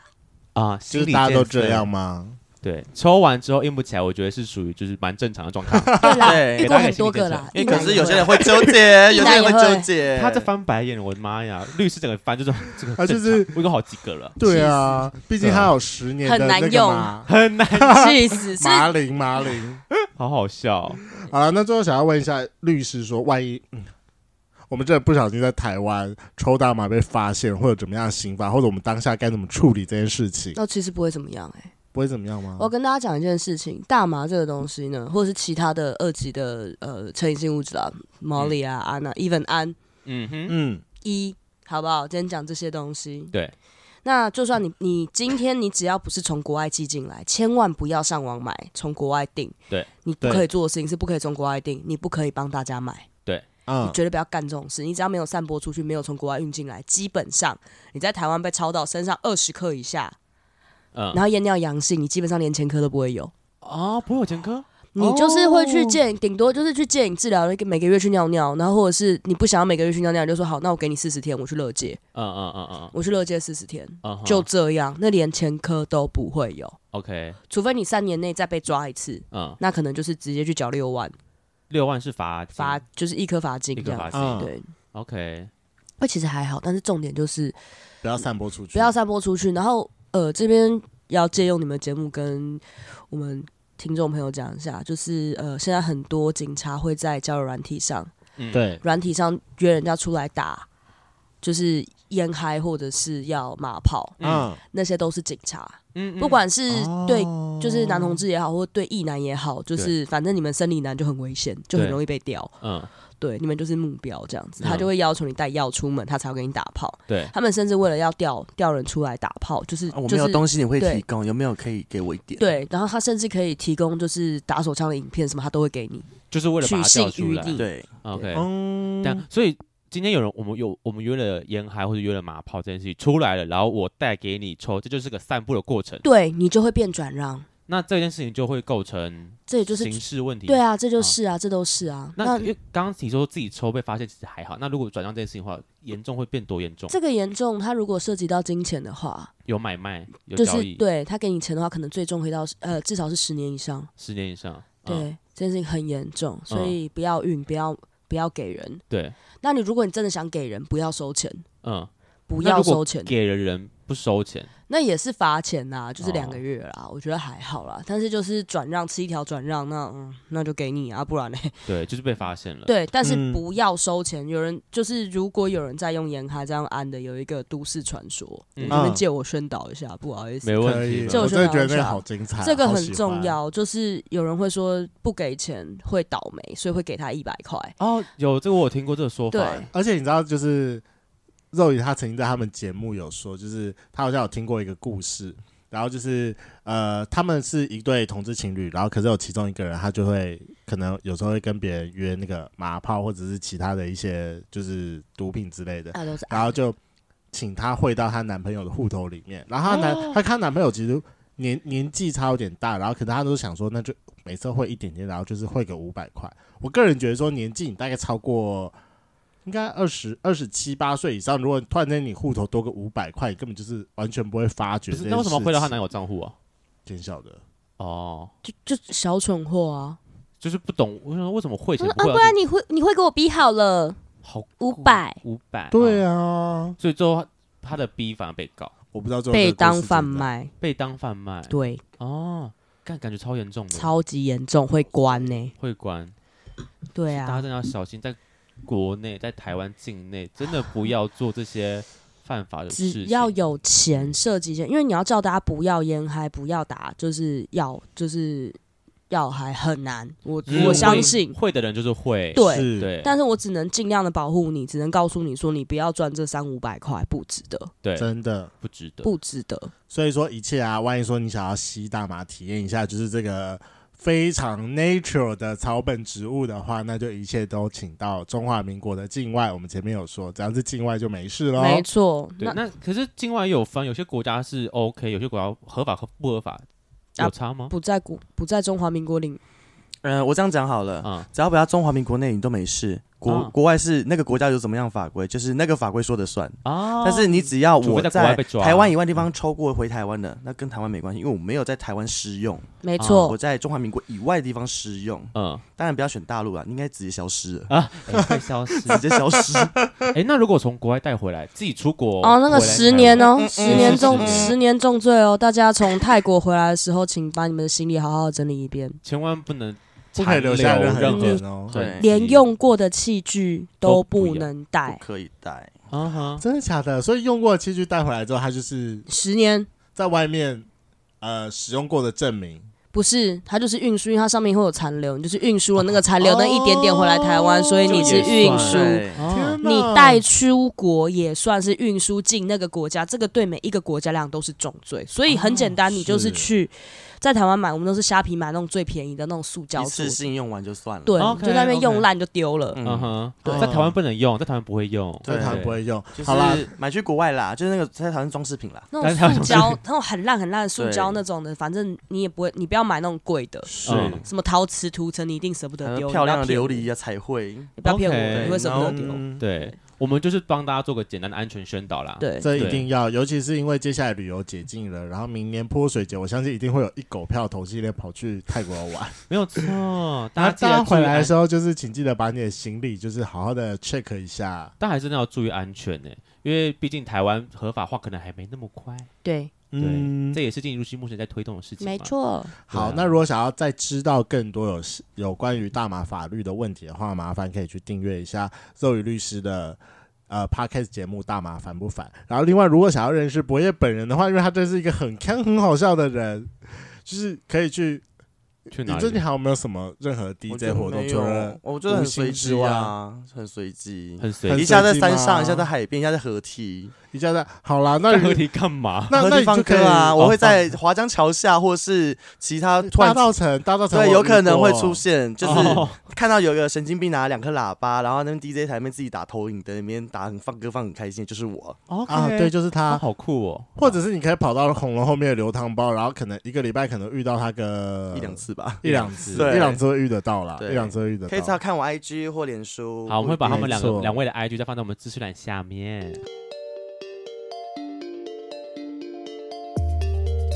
Speaker 2: 啊，
Speaker 1: 就
Speaker 2: 心
Speaker 1: 是
Speaker 2: 理
Speaker 1: 大家都
Speaker 2: 建
Speaker 1: 这
Speaker 2: 设
Speaker 1: 样。吗？
Speaker 2: 对，抽完之后硬不起来，我觉得是属于就是蛮正常的状态。
Speaker 3: 对啦，
Speaker 4: 对
Speaker 3: 遇过很多个啦。
Speaker 4: 因为
Speaker 3: 一男
Speaker 4: 可是
Speaker 3: 一
Speaker 4: 有些人
Speaker 3: 女
Speaker 4: 会纠结，
Speaker 3: 一
Speaker 4: 有些
Speaker 3: 男
Speaker 4: 人
Speaker 3: 也
Speaker 4: 会
Speaker 3: 会
Speaker 4: 纠结，
Speaker 2: 他在翻白眼，我的妈呀！律师整个翻就是 这个
Speaker 1: 啊就
Speaker 2: 正常，
Speaker 1: 是
Speaker 2: 我有好几个了，
Speaker 1: 对啊，毕竟他有十年的
Speaker 3: 很
Speaker 1: 那
Speaker 3: 难
Speaker 1: 个
Speaker 3: 用
Speaker 1: 嘛
Speaker 2: 很难，
Speaker 3: 气死，所以
Speaker 1: 麻铃麻铃。
Speaker 2: 好好笑。
Speaker 1: 好了，那最后想要问一下律师说，万一、嗯、我们真的不小心在台湾抽大麻被发现，或者怎么样的刑罚，或者我们当下该怎么处理这件事情，
Speaker 3: 那其实不会怎么样哎。
Speaker 1: 不会怎么样吗
Speaker 3: 我？要跟大家讲一件事情，大麻这个东西呢，或者是其他的二级的呃成瘾性物质啊，毛利啊、安啊、even 安
Speaker 2: 嗯哼，
Speaker 1: 嗯，
Speaker 3: 一，好不好？今天讲这些东西。
Speaker 2: 对。
Speaker 3: 那就算你你今天你只要不是从国外寄进来，千万不要上网买，从国外订。
Speaker 2: 对。
Speaker 3: 你不可以做的事情是不可以从国外订，你不可以帮大家买，
Speaker 2: 嗯
Speaker 1: 啊、
Speaker 3: 绝对不要干这种事。你只要没有散播出去，没有从国外运进来，基本上你在台湾被抄到身上二十克以下，
Speaker 2: 嗯
Speaker 3: 然，后验尿阳性，你基本上连前科都不会有。
Speaker 2: 啊，不会有前科，
Speaker 3: 你就是会去
Speaker 2: 哦
Speaker 3: 见，顶多就是去见影治疗，每个月去尿尿，然后或者是你不想要每个月去尿尿，你就说好，那我给你四十天，我去乐界，
Speaker 2: 嗯嗯嗯嗯
Speaker 3: 我去乐界四十天，
Speaker 2: 嗯哼，
Speaker 3: 就这样，那连前科都不会有，
Speaker 2: OK，
Speaker 3: 除非你三年内再被抓一次，
Speaker 2: 嗯，
Speaker 3: 那可能就是直接去缴六万
Speaker 2: 六万是罚金
Speaker 3: 罚，就是一颗罚金
Speaker 2: 一个
Speaker 3: 这样
Speaker 2: 罚
Speaker 3: 子。
Speaker 2: 金
Speaker 1: 嗯
Speaker 3: 对，
Speaker 2: ，OK，
Speaker 3: 那其实还好，但是重点就是
Speaker 1: 不要散播出去，
Speaker 3: 不要散播出去。然后呃，这边要借用你们的节目跟我们听众朋友讲一下，就是呃，现在很多警察会在交友软体上。
Speaker 2: 嗯，
Speaker 1: 对，
Speaker 3: 软体上约人家出来打，就是烟嗨或者是要马炮，
Speaker 2: 嗯
Speaker 1: 嗯，
Speaker 3: 那些都是警察，
Speaker 2: 嗯，嗯
Speaker 3: 不管是对。
Speaker 4: 哦
Speaker 3: 就是男同
Speaker 1: 志，
Speaker 3: 志也好，或对异男也好，就是反正你们生理男就很危险，就很
Speaker 2: 对
Speaker 3: 容易被钓。
Speaker 2: 嗯，
Speaker 3: 对，你们就是目标这样
Speaker 2: 嗯
Speaker 3: 子，他就会要求你带药出门，他才会给你打炮。
Speaker 2: 对，
Speaker 3: 他们甚至为了要钓钓人出来打炮，就是
Speaker 4: 啊我
Speaker 3: 就
Speaker 4: 没有
Speaker 3: 是
Speaker 4: 东西，你会
Speaker 3: 对
Speaker 4: 提供，有没有可以给我一点？
Speaker 3: 对，然后他甚至可以提供就是打手枪的影片什么，他都会给你。
Speaker 2: 就是为了把它
Speaker 3: 取信
Speaker 2: 调出
Speaker 3: 于
Speaker 2: 来
Speaker 3: 利
Speaker 4: 对，
Speaker 2: ，OK，
Speaker 1: 嗯，
Speaker 2: 但所以今天有人，我们有我们约了烟嗨或者约了马炮这件事情出来了，然后我带给你抽，这就是个散步的过程。
Speaker 3: 对你就会变转让，
Speaker 2: 那这件事情就会构成
Speaker 3: 这也就是
Speaker 2: 刑事问题。
Speaker 3: 对。啊，这就是啊，这都是啊。
Speaker 2: 嗯那因为刚刚提说自己抽被发现其实还好，那如果转让这件事情的话，严重会变多严重？
Speaker 3: 这个严重，他如果涉及到金钱的话，
Speaker 2: 有买卖，有
Speaker 3: 就
Speaker 2: 交
Speaker 3: 是
Speaker 2: 易，
Speaker 3: 对他给你钱的话，可能最终回到呃至少是十年以上。
Speaker 2: 十年以上。
Speaker 3: 对，
Speaker 2: 嗯
Speaker 3: 这件事情很严重，所以不要运，不要不要给人。
Speaker 2: 对，
Speaker 3: 那你如果你真的想给人，不要收钱，
Speaker 2: 嗯，
Speaker 3: 不
Speaker 2: 那
Speaker 3: 要
Speaker 2: 如果
Speaker 3: 收钱，
Speaker 2: 给了人不收钱，
Speaker 3: 那也是罚钱呐、就是两
Speaker 2: 哦
Speaker 3: 个月啦，我觉得还好啦。但是就是转让吃一条转让，那嗯，那就给你啊，不然呢？
Speaker 2: 对，就是被发现了。
Speaker 3: 对，但
Speaker 1: 嗯
Speaker 3: 是不要收钱。有人就是如果有人在用盐卡这样安的，有一个都市传说，
Speaker 2: 嗯
Speaker 3: 你们借我宣导一下，不好意思
Speaker 2: 没。
Speaker 1: 可
Speaker 2: 问
Speaker 1: 以
Speaker 2: 题
Speaker 1: 了，
Speaker 3: 这
Speaker 1: 我
Speaker 3: 我
Speaker 1: 真的
Speaker 3: 就
Speaker 1: 觉得
Speaker 3: 拿
Speaker 1: 那个
Speaker 3: 下
Speaker 1: 好精彩啊，
Speaker 3: 这个
Speaker 1: 好
Speaker 3: 很
Speaker 1: 喜
Speaker 3: 重
Speaker 1: 欢。
Speaker 3: 要，就是有人会说不给钱会倒霉，所以会给他一百块。
Speaker 2: 哦，有这个我有听过这个说法。
Speaker 3: 对
Speaker 2: 哎
Speaker 1: 而且你知道，就是肉姨她曾经在他们节目有说，就是她好像有听过一个故事，然后就是呃，他们是一对同志情侣，然后可是有其中一个人他就会可能有时候会跟别人约那个马炮或者是其他的一些就是毒品之类的，
Speaker 3: 那都是啊
Speaker 1: 然后就请她汇到她男朋友的户头里面，然后她男
Speaker 3: 哦
Speaker 1: 她、看她男朋友其实年年纪差有点大，然后可是她都想说那就每次汇一点点，然后就是汇个五百块。我个人觉得说年纪你大概超过应该二十二十七八岁以上，如果突然间你户头多个五百块，你根本就是完全不会发觉
Speaker 2: 不
Speaker 1: 这件事
Speaker 2: 是，
Speaker 1: 情。
Speaker 2: 那为什么会到她男友账户啊？
Speaker 1: 挺小的？
Speaker 2: 哦，
Speaker 3: 就就小蠢货啊！
Speaker 2: 就是不懂，我想说为什么汇钱
Speaker 3: 啊，
Speaker 2: 不会
Speaker 3: 不
Speaker 2: 要
Speaker 3: 然你会你会给我比好了
Speaker 2: 好啊
Speaker 3: 五百，
Speaker 2: 五百？
Speaker 1: 对
Speaker 2: 啊，
Speaker 1: 啊，
Speaker 2: 所以最后他的 B 反而被告，
Speaker 1: 我不知道最后这
Speaker 3: 被
Speaker 1: 个故
Speaker 3: 当
Speaker 1: 事
Speaker 3: 贩
Speaker 1: 怎么样。
Speaker 3: 卖，
Speaker 2: 被当贩卖。
Speaker 3: 对，
Speaker 2: 哦，感感觉超严重的，
Speaker 3: 超级严重，会关呢、
Speaker 2: 会关。
Speaker 3: 对
Speaker 2: 大家
Speaker 3: 啊，
Speaker 2: 真的要小心，在国内，在台湾境内，真的不要做这些犯法的事
Speaker 3: 只
Speaker 2: 情。
Speaker 3: 要有钱涉及钱，因为你要叫大家不要烟嗨，不要打，就是要就是要嗨很难，我、
Speaker 2: 就是
Speaker 3: 我
Speaker 2: 嗯会
Speaker 3: 相信。
Speaker 2: 会的人就是会，
Speaker 3: 对
Speaker 1: 是，
Speaker 2: 对，
Speaker 3: 但是我只能尽量的保护你，只能告诉你说，你不要赚这三五百块，不值得，
Speaker 2: 对，
Speaker 1: 真的。
Speaker 2: 不值得。
Speaker 3: 不值得。
Speaker 1: 所以说一切啊，万一说你想要吸大麻体验一下，就是这个非常 natural 的草本植物的话，那就一切都请到中华民国的境外。我们前面有说，只要是境外就没事喽。
Speaker 3: 没错，
Speaker 2: 对，
Speaker 3: 那
Speaker 2: 那可是境外也有分，有些国家是 OK，有些国家合法和不合法
Speaker 3: 啊
Speaker 2: 有差吗？
Speaker 3: 不在古不在中华民国领，
Speaker 4: 嗯，我这样讲好了，
Speaker 2: 啊，
Speaker 4: 只要不要中华民国内，你都没事。国、
Speaker 2: 嗯
Speaker 4: 国外是那个国家有怎么样法规，就是那个法规说的算。
Speaker 2: 哦，
Speaker 4: 但是你只要
Speaker 2: 除
Speaker 4: 我
Speaker 2: 非在国外被抓嗯
Speaker 4: 台湾以外地方抽过回台湾的，那跟台湾没关系，因为我没有在台湾施用，
Speaker 3: 没
Speaker 2: 哦
Speaker 3: 错
Speaker 4: 我，在中华民国以外的地方施用。
Speaker 2: 嗯，
Speaker 4: 当然不要选大陆啦，你应该直接消失了，
Speaker 2: 哎会消失。
Speaker 4: 直接消失。
Speaker 2: 哎，那如果从国外带回来，自己出国
Speaker 3: 哦，那个
Speaker 2: 回来
Speaker 3: 十年哦
Speaker 4: 嗯，嗯
Speaker 3: 十年
Speaker 2: 嗯
Speaker 3: 重
Speaker 2: 嗯
Speaker 3: 十年重罪哦！大家从泰国回来的时候，请把你们的行李好好整理一遍，
Speaker 2: 千万不能
Speaker 1: 不可以留下
Speaker 2: 残留
Speaker 1: 任何
Speaker 2: 任
Speaker 1: 一
Speaker 2: 何
Speaker 1: 点哦。
Speaker 4: 对
Speaker 2: 痕迹
Speaker 3: 连用过的器具
Speaker 2: 都
Speaker 3: 都
Speaker 2: 不
Speaker 3: 不
Speaker 2: 要
Speaker 3: 能
Speaker 4: 不
Speaker 3: 带，
Speaker 4: 可以带，
Speaker 2: 啊哈，
Speaker 1: 真的假的？所以用过的器具带回来之后，它就是
Speaker 3: 十年
Speaker 1: 在外面呃使用过的证明。
Speaker 3: 不是，它就是运输，因为它上面会有残留，你就是运输了那个残留那一点点回来台湾，所以你是
Speaker 2: 这也算
Speaker 3: 运输。
Speaker 4: 对
Speaker 2: 哦
Speaker 1: 天哪
Speaker 4: 嗯
Speaker 3: 你带出国也算是运输进那个国家，这个对每一个国家量都是重罪，所以很简单，
Speaker 1: 哦
Speaker 3: 你就是是去在台湾买，我们都是虾皮买那种最便宜的那种塑胶
Speaker 4: 一
Speaker 3: 做
Speaker 4: 次
Speaker 3: 的，
Speaker 4: 性用完就算了。
Speaker 3: 对，你
Speaker 2: OK，
Speaker 3: 就在那边
Speaker 2: OK
Speaker 3: 用烂就丢了。
Speaker 4: 嗯
Speaker 2: 嗯哼，
Speaker 1: 对
Speaker 2: 在台湾不能用，在台湾不会用，
Speaker 1: 所以
Speaker 4: 对
Speaker 1: 他们不会用。
Speaker 4: 就是
Speaker 1: 好啦，
Speaker 4: 买去国外啦，就是那个在台湾装饰品啦。
Speaker 3: 那
Speaker 2: 但是它
Speaker 3: 种塑
Speaker 2: 就是
Speaker 3: 胶，那种很烂很烂的塑胶
Speaker 4: 对
Speaker 3: 那种的，反正你也不会，你不要买那种贵的，
Speaker 1: 是
Speaker 2: 嗯
Speaker 3: 什么陶瓷涂层，你一定舍不
Speaker 4: 还
Speaker 3: 得
Speaker 4: 有
Speaker 3: 丢。
Speaker 4: 漂亮的
Speaker 3: 你不要
Speaker 4: 琉
Speaker 3: 骗
Speaker 4: 璃啊，彩绘。
Speaker 3: 我，你不要骗
Speaker 2: OK，
Speaker 3: 我，你会舍不得
Speaker 4: 然后
Speaker 3: 丢。
Speaker 1: 嗯
Speaker 2: 对，我们就是帮大家做个简单的安全宣导啦。，
Speaker 3: 对，
Speaker 1: 这一定要，尤其是因为接下来旅游解禁了，然后明年泼水节，我相信一定会有一狗票同系列跑去泰国玩。
Speaker 2: 没有错，
Speaker 1: 然
Speaker 2: 大
Speaker 1: 后大家
Speaker 2: 家
Speaker 1: 回来的时
Speaker 2: 候，
Speaker 1: 候，就是请记得把你的行李就是好好的 check 一下。
Speaker 2: 但还是真的要注意安全呢，因为毕竟台湾合法化可能还没那么快。
Speaker 3: 对，
Speaker 1: 嗯
Speaker 4: 嗯
Speaker 2: 对，这也是进入新目前在推动的事情。
Speaker 3: 没，
Speaker 4: 哦
Speaker 3: 错，
Speaker 1: 好，
Speaker 2: 对啊
Speaker 1: 那如果想要再知道更多有有关于大麻法律的问题的话，麻烦可以去订阅一下肉宇律师的。呃，podcast 节目《大麻烦不烦》，然后另外，如果想要认识博业本人的话，因为他真是一个很康、很好笑的人，就是可以去。
Speaker 2: 去
Speaker 1: 你
Speaker 2: 哪
Speaker 1: 最近
Speaker 2: 里？
Speaker 1: 还有没有什么任何
Speaker 4: 我
Speaker 1: DJ
Speaker 4: 觉得
Speaker 1: 活
Speaker 4: 没
Speaker 1: 动？
Speaker 4: 有
Speaker 1: 除了
Speaker 4: 我觉得很随
Speaker 1: 无
Speaker 4: 机
Speaker 1: 心之
Speaker 4: 啊，很随机。
Speaker 2: 很随
Speaker 1: 很
Speaker 2: 意，
Speaker 4: 一下在
Speaker 1: 随机吗
Speaker 4: 山上，一下在海边，一下在河堤，
Speaker 1: 一下在好啦，那
Speaker 2: 在
Speaker 1: 你
Speaker 2: 合体干嘛？
Speaker 1: 那
Speaker 4: 河
Speaker 1: 那你
Speaker 4: 堤
Speaker 1: 就
Speaker 4: 放
Speaker 1: 可以
Speaker 4: 歌啊！我会在
Speaker 2: 哦
Speaker 4: 华江桥下，或是其他突
Speaker 1: 大
Speaker 4: 然
Speaker 1: 道城，大道城
Speaker 4: 对，
Speaker 1: 我
Speaker 4: 有
Speaker 1: 遇
Speaker 4: 可能会
Speaker 1: 过
Speaker 4: 出现，就是
Speaker 2: 哦
Speaker 4: 看到有一个神经病拿两颗喇叭，然后那边 DJ 台面自己打投影灯，里面打很放歌放很开心，就是我。
Speaker 2: OK
Speaker 1: 啊，对，就是
Speaker 2: 啊，
Speaker 1: 他，
Speaker 2: 好酷哦。
Speaker 1: 或者是你可以跑到恐龙后面的流汤包，然后可能一个礼拜可能遇到他个
Speaker 4: 一两次吧，
Speaker 1: 一两次，一
Speaker 4: 对
Speaker 1: 两次会遇得到啦，
Speaker 4: 对
Speaker 1: 一两次会遇得
Speaker 4: 可以查
Speaker 1: 到。
Speaker 4: 看我 IG 或脸书。
Speaker 2: 好，我们会把他们两
Speaker 1: 没
Speaker 2: 个
Speaker 1: 错
Speaker 2: 两位的 IG 再放在我们资讯栏下面。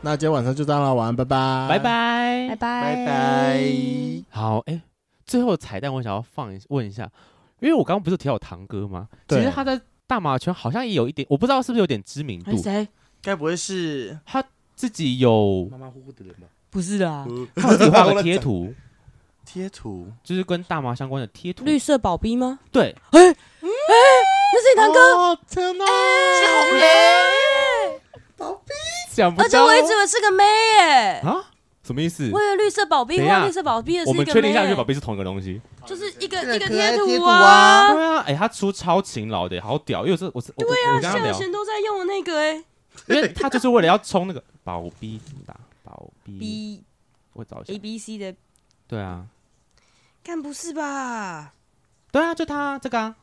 Speaker 1: 那今天晚上就这样了，晚安，拜拜，
Speaker 2: 拜。拜
Speaker 3: 拜。拜
Speaker 4: 拜拜。
Speaker 2: 好，哎、最后彩蛋我想要放一问一下，因为我刚刚不是提到我堂哥吗？其
Speaker 1: 对
Speaker 2: 实他在大马圈好像也有一点，我不知道是不是有点知名
Speaker 3: 还
Speaker 2: 度
Speaker 3: 是，哎谁？
Speaker 4: 该不会是
Speaker 2: 他自己有
Speaker 4: 马马虎虎的人吧？
Speaker 3: 不是啊啦，
Speaker 4: 嗯
Speaker 2: 他自己画个贴图，
Speaker 4: 贴图，
Speaker 2: 就是跟大麻相关的贴图，
Speaker 3: 绿色宝冰吗？
Speaker 2: 对，
Speaker 3: 那是你堂哥，哎
Speaker 1: 哦，天哪！
Speaker 2: 想不哦
Speaker 3: 而且
Speaker 2: 到
Speaker 3: 我一直以为啊是个妹耶，
Speaker 2: 啊，什么意思
Speaker 3: 我？以为绿色宝冰
Speaker 2: 等一下
Speaker 3: 画绿色宝冰的
Speaker 2: 我
Speaker 3: 是一
Speaker 2: 们
Speaker 3: 个
Speaker 2: 确定一下，
Speaker 3: 妹
Speaker 2: 月宝，贝是同一个东西。
Speaker 3: 就是一个
Speaker 4: 这个
Speaker 3: 一个
Speaker 4: 可
Speaker 3: 贴
Speaker 4: 爱贴图
Speaker 3: 图
Speaker 4: 啊
Speaker 3: 啊。
Speaker 2: 对啊，哎、他出超勤劳的，好屌！因为我是我是我我我跟他
Speaker 3: 谢尔
Speaker 2: 聊，
Speaker 3: 贤都在用的那个哎
Speaker 2: 因为他就是为了要冲那个宝币怎么打宝币，
Speaker 3: ，B
Speaker 2: 我找一下
Speaker 3: A。B C 的，
Speaker 2: 对啊，
Speaker 3: 干不是吧？哎
Speaker 2: 对啊，就他这个啊，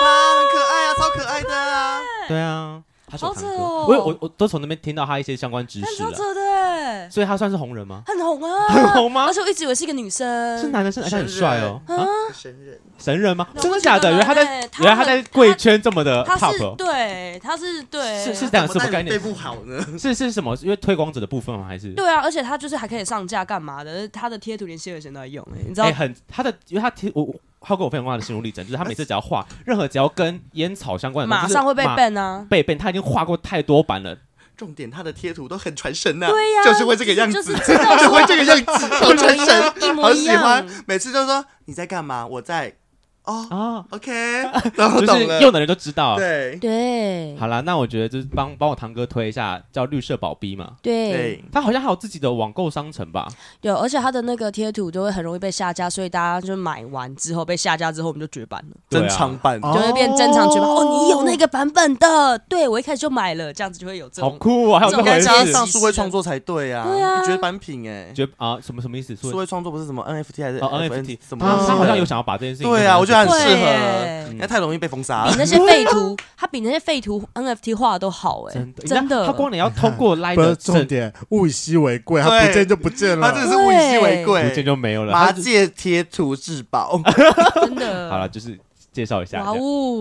Speaker 4: 他很可爱啊，超可爱的啊。
Speaker 2: 对啊，他是我堂哥
Speaker 3: 哎好扯哦
Speaker 2: 我有我我都从那边听到他一些相关知
Speaker 3: 但
Speaker 2: 识
Speaker 3: 啊超
Speaker 2: 了，
Speaker 3: 扯的哎，
Speaker 2: 所以他算是红人吗？
Speaker 3: 很红啊，
Speaker 2: 很红吗
Speaker 3: 而且我一直以为是一个女生，
Speaker 2: 是男的，是男的，
Speaker 4: 神
Speaker 2: 很帅哦，
Speaker 3: 人
Speaker 2: 啊，
Speaker 4: 神人，
Speaker 2: 神人吗？
Speaker 3: 那我
Speaker 2: 真的
Speaker 3: 觉
Speaker 2: 假的？
Speaker 3: 得
Speaker 2: 原来他在
Speaker 3: 哎，他
Speaker 2: 原来他在
Speaker 3: 很
Speaker 2: 贵圈这么的
Speaker 3: 他是
Speaker 2: top，哦
Speaker 3: 对，他是对，
Speaker 2: 是是这样什么概
Speaker 4: 背
Speaker 2: 念？
Speaker 4: 不好呢？
Speaker 2: 是是什么？因为推广者的部分吗？还是？
Speaker 3: 对啊，而且他就是还可以上架干嘛的？他的贴图连谢尔贤都在用、欸，你知道？
Speaker 2: 哎，很他的，因为他提我我浩哥我分享过他的心路历程，就是他每次只要画任何只要跟烟草相关的东西，
Speaker 3: 呃马上会被
Speaker 2: 啊就是马
Speaker 3: ban 啊！
Speaker 2: 被 ban，他已经画过太多版了，
Speaker 4: 重点他的贴图都很传神呐，
Speaker 3: 对呀
Speaker 4: 就是会这个样子，
Speaker 3: 就是知道
Speaker 4: 就会这个样子，好传神，
Speaker 3: 一模
Speaker 4: 好
Speaker 3: 一
Speaker 4: 喜
Speaker 3: 样
Speaker 4: 欢。每次都说你在干嘛，我在哦
Speaker 2: 啊，
Speaker 4: ，OK，然后
Speaker 2: 就
Speaker 4: 懂
Speaker 2: 是
Speaker 4: 了，
Speaker 2: 用的人都知道。
Speaker 4: 对
Speaker 3: 对
Speaker 2: 好啦，那我觉得就是帮帮我堂哥推一下，叫绿色宝逼嘛。
Speaker 3: 对，
Speaker 4: 对，
Speaker 2: 他好像还有自己的网购商城吧？
Speaker 3: 有，而且他的那个贴图都会很容易被下架，所以大家就买完之后被下架之后，我们就绝版了，
Speaker 2: 对啊
Speaker 4: 珍藏版
Speaker 1: 哦
Speaker 3: 就会变珍藏绝版。哦，你有那个版本的，对我一开始就买了，这样子就会有这
Speaker 2: 好
Speaker 3: 种。
Speaker 2: 酷啊！还有这
Speaker 3: 这种
Speaker 2: 回
Speaker 3: 感觉
Speaker 2: 事
Speaker 3: 是？
Speaker 4: 上数位创作才对啊，
Speaker 3: 对啊
Speaker 4: 你觉得版品哎，
Speaker 2: 觉啊什么什么意思？
Speaker 4: 数
Speaker 2: 说
Speaker 4: 位创作不是什么 NFT 还是
Speaker 2: 哦
Speaker 4: FN
Speaker 2: NFT
Speaker 4: 什么东
Speaker 2: 他
Speaker 4: 西的？
Speaker 2: 他好像有想要把这件事情
Speaker 4: 对啊，我觉得很
Speaker 3: 对
Speaker 4: 适
Speaker 3: 耶
Speaker 4: 合，因为太容易被封杀
Speaker 3: 比
Speaker 4: 了。
Speaker 3: 那些废图， 他比那些废图 NFT 画的都好哎、
Speaker 2: 真的
Speaker 3: 真的。
Speaker 2: 他光你要通过 Line
Speaker 1: 不是
Speaker 2: 的
Speaker 1: 重点，物以稀为贵，它
Speaker 4: 对
Speaker 1: 不见就不见
Speaker 4: 他
Speaker 1: 了。
Speaker 4: 真的是物以稀为
Speaker 2: 证，见
Speaker 4: 贵，
Speaker 2: 就没有了。
Speaker 4: 麻
Speaker 2: 他就
Speaker 4: 界贴图至宝。
Speaker 3: 真的
Speaker 2: 好了，就是介绍一下。
Speaker 3: 哇
Speaker 2: 这样
Speaker 3: 哦！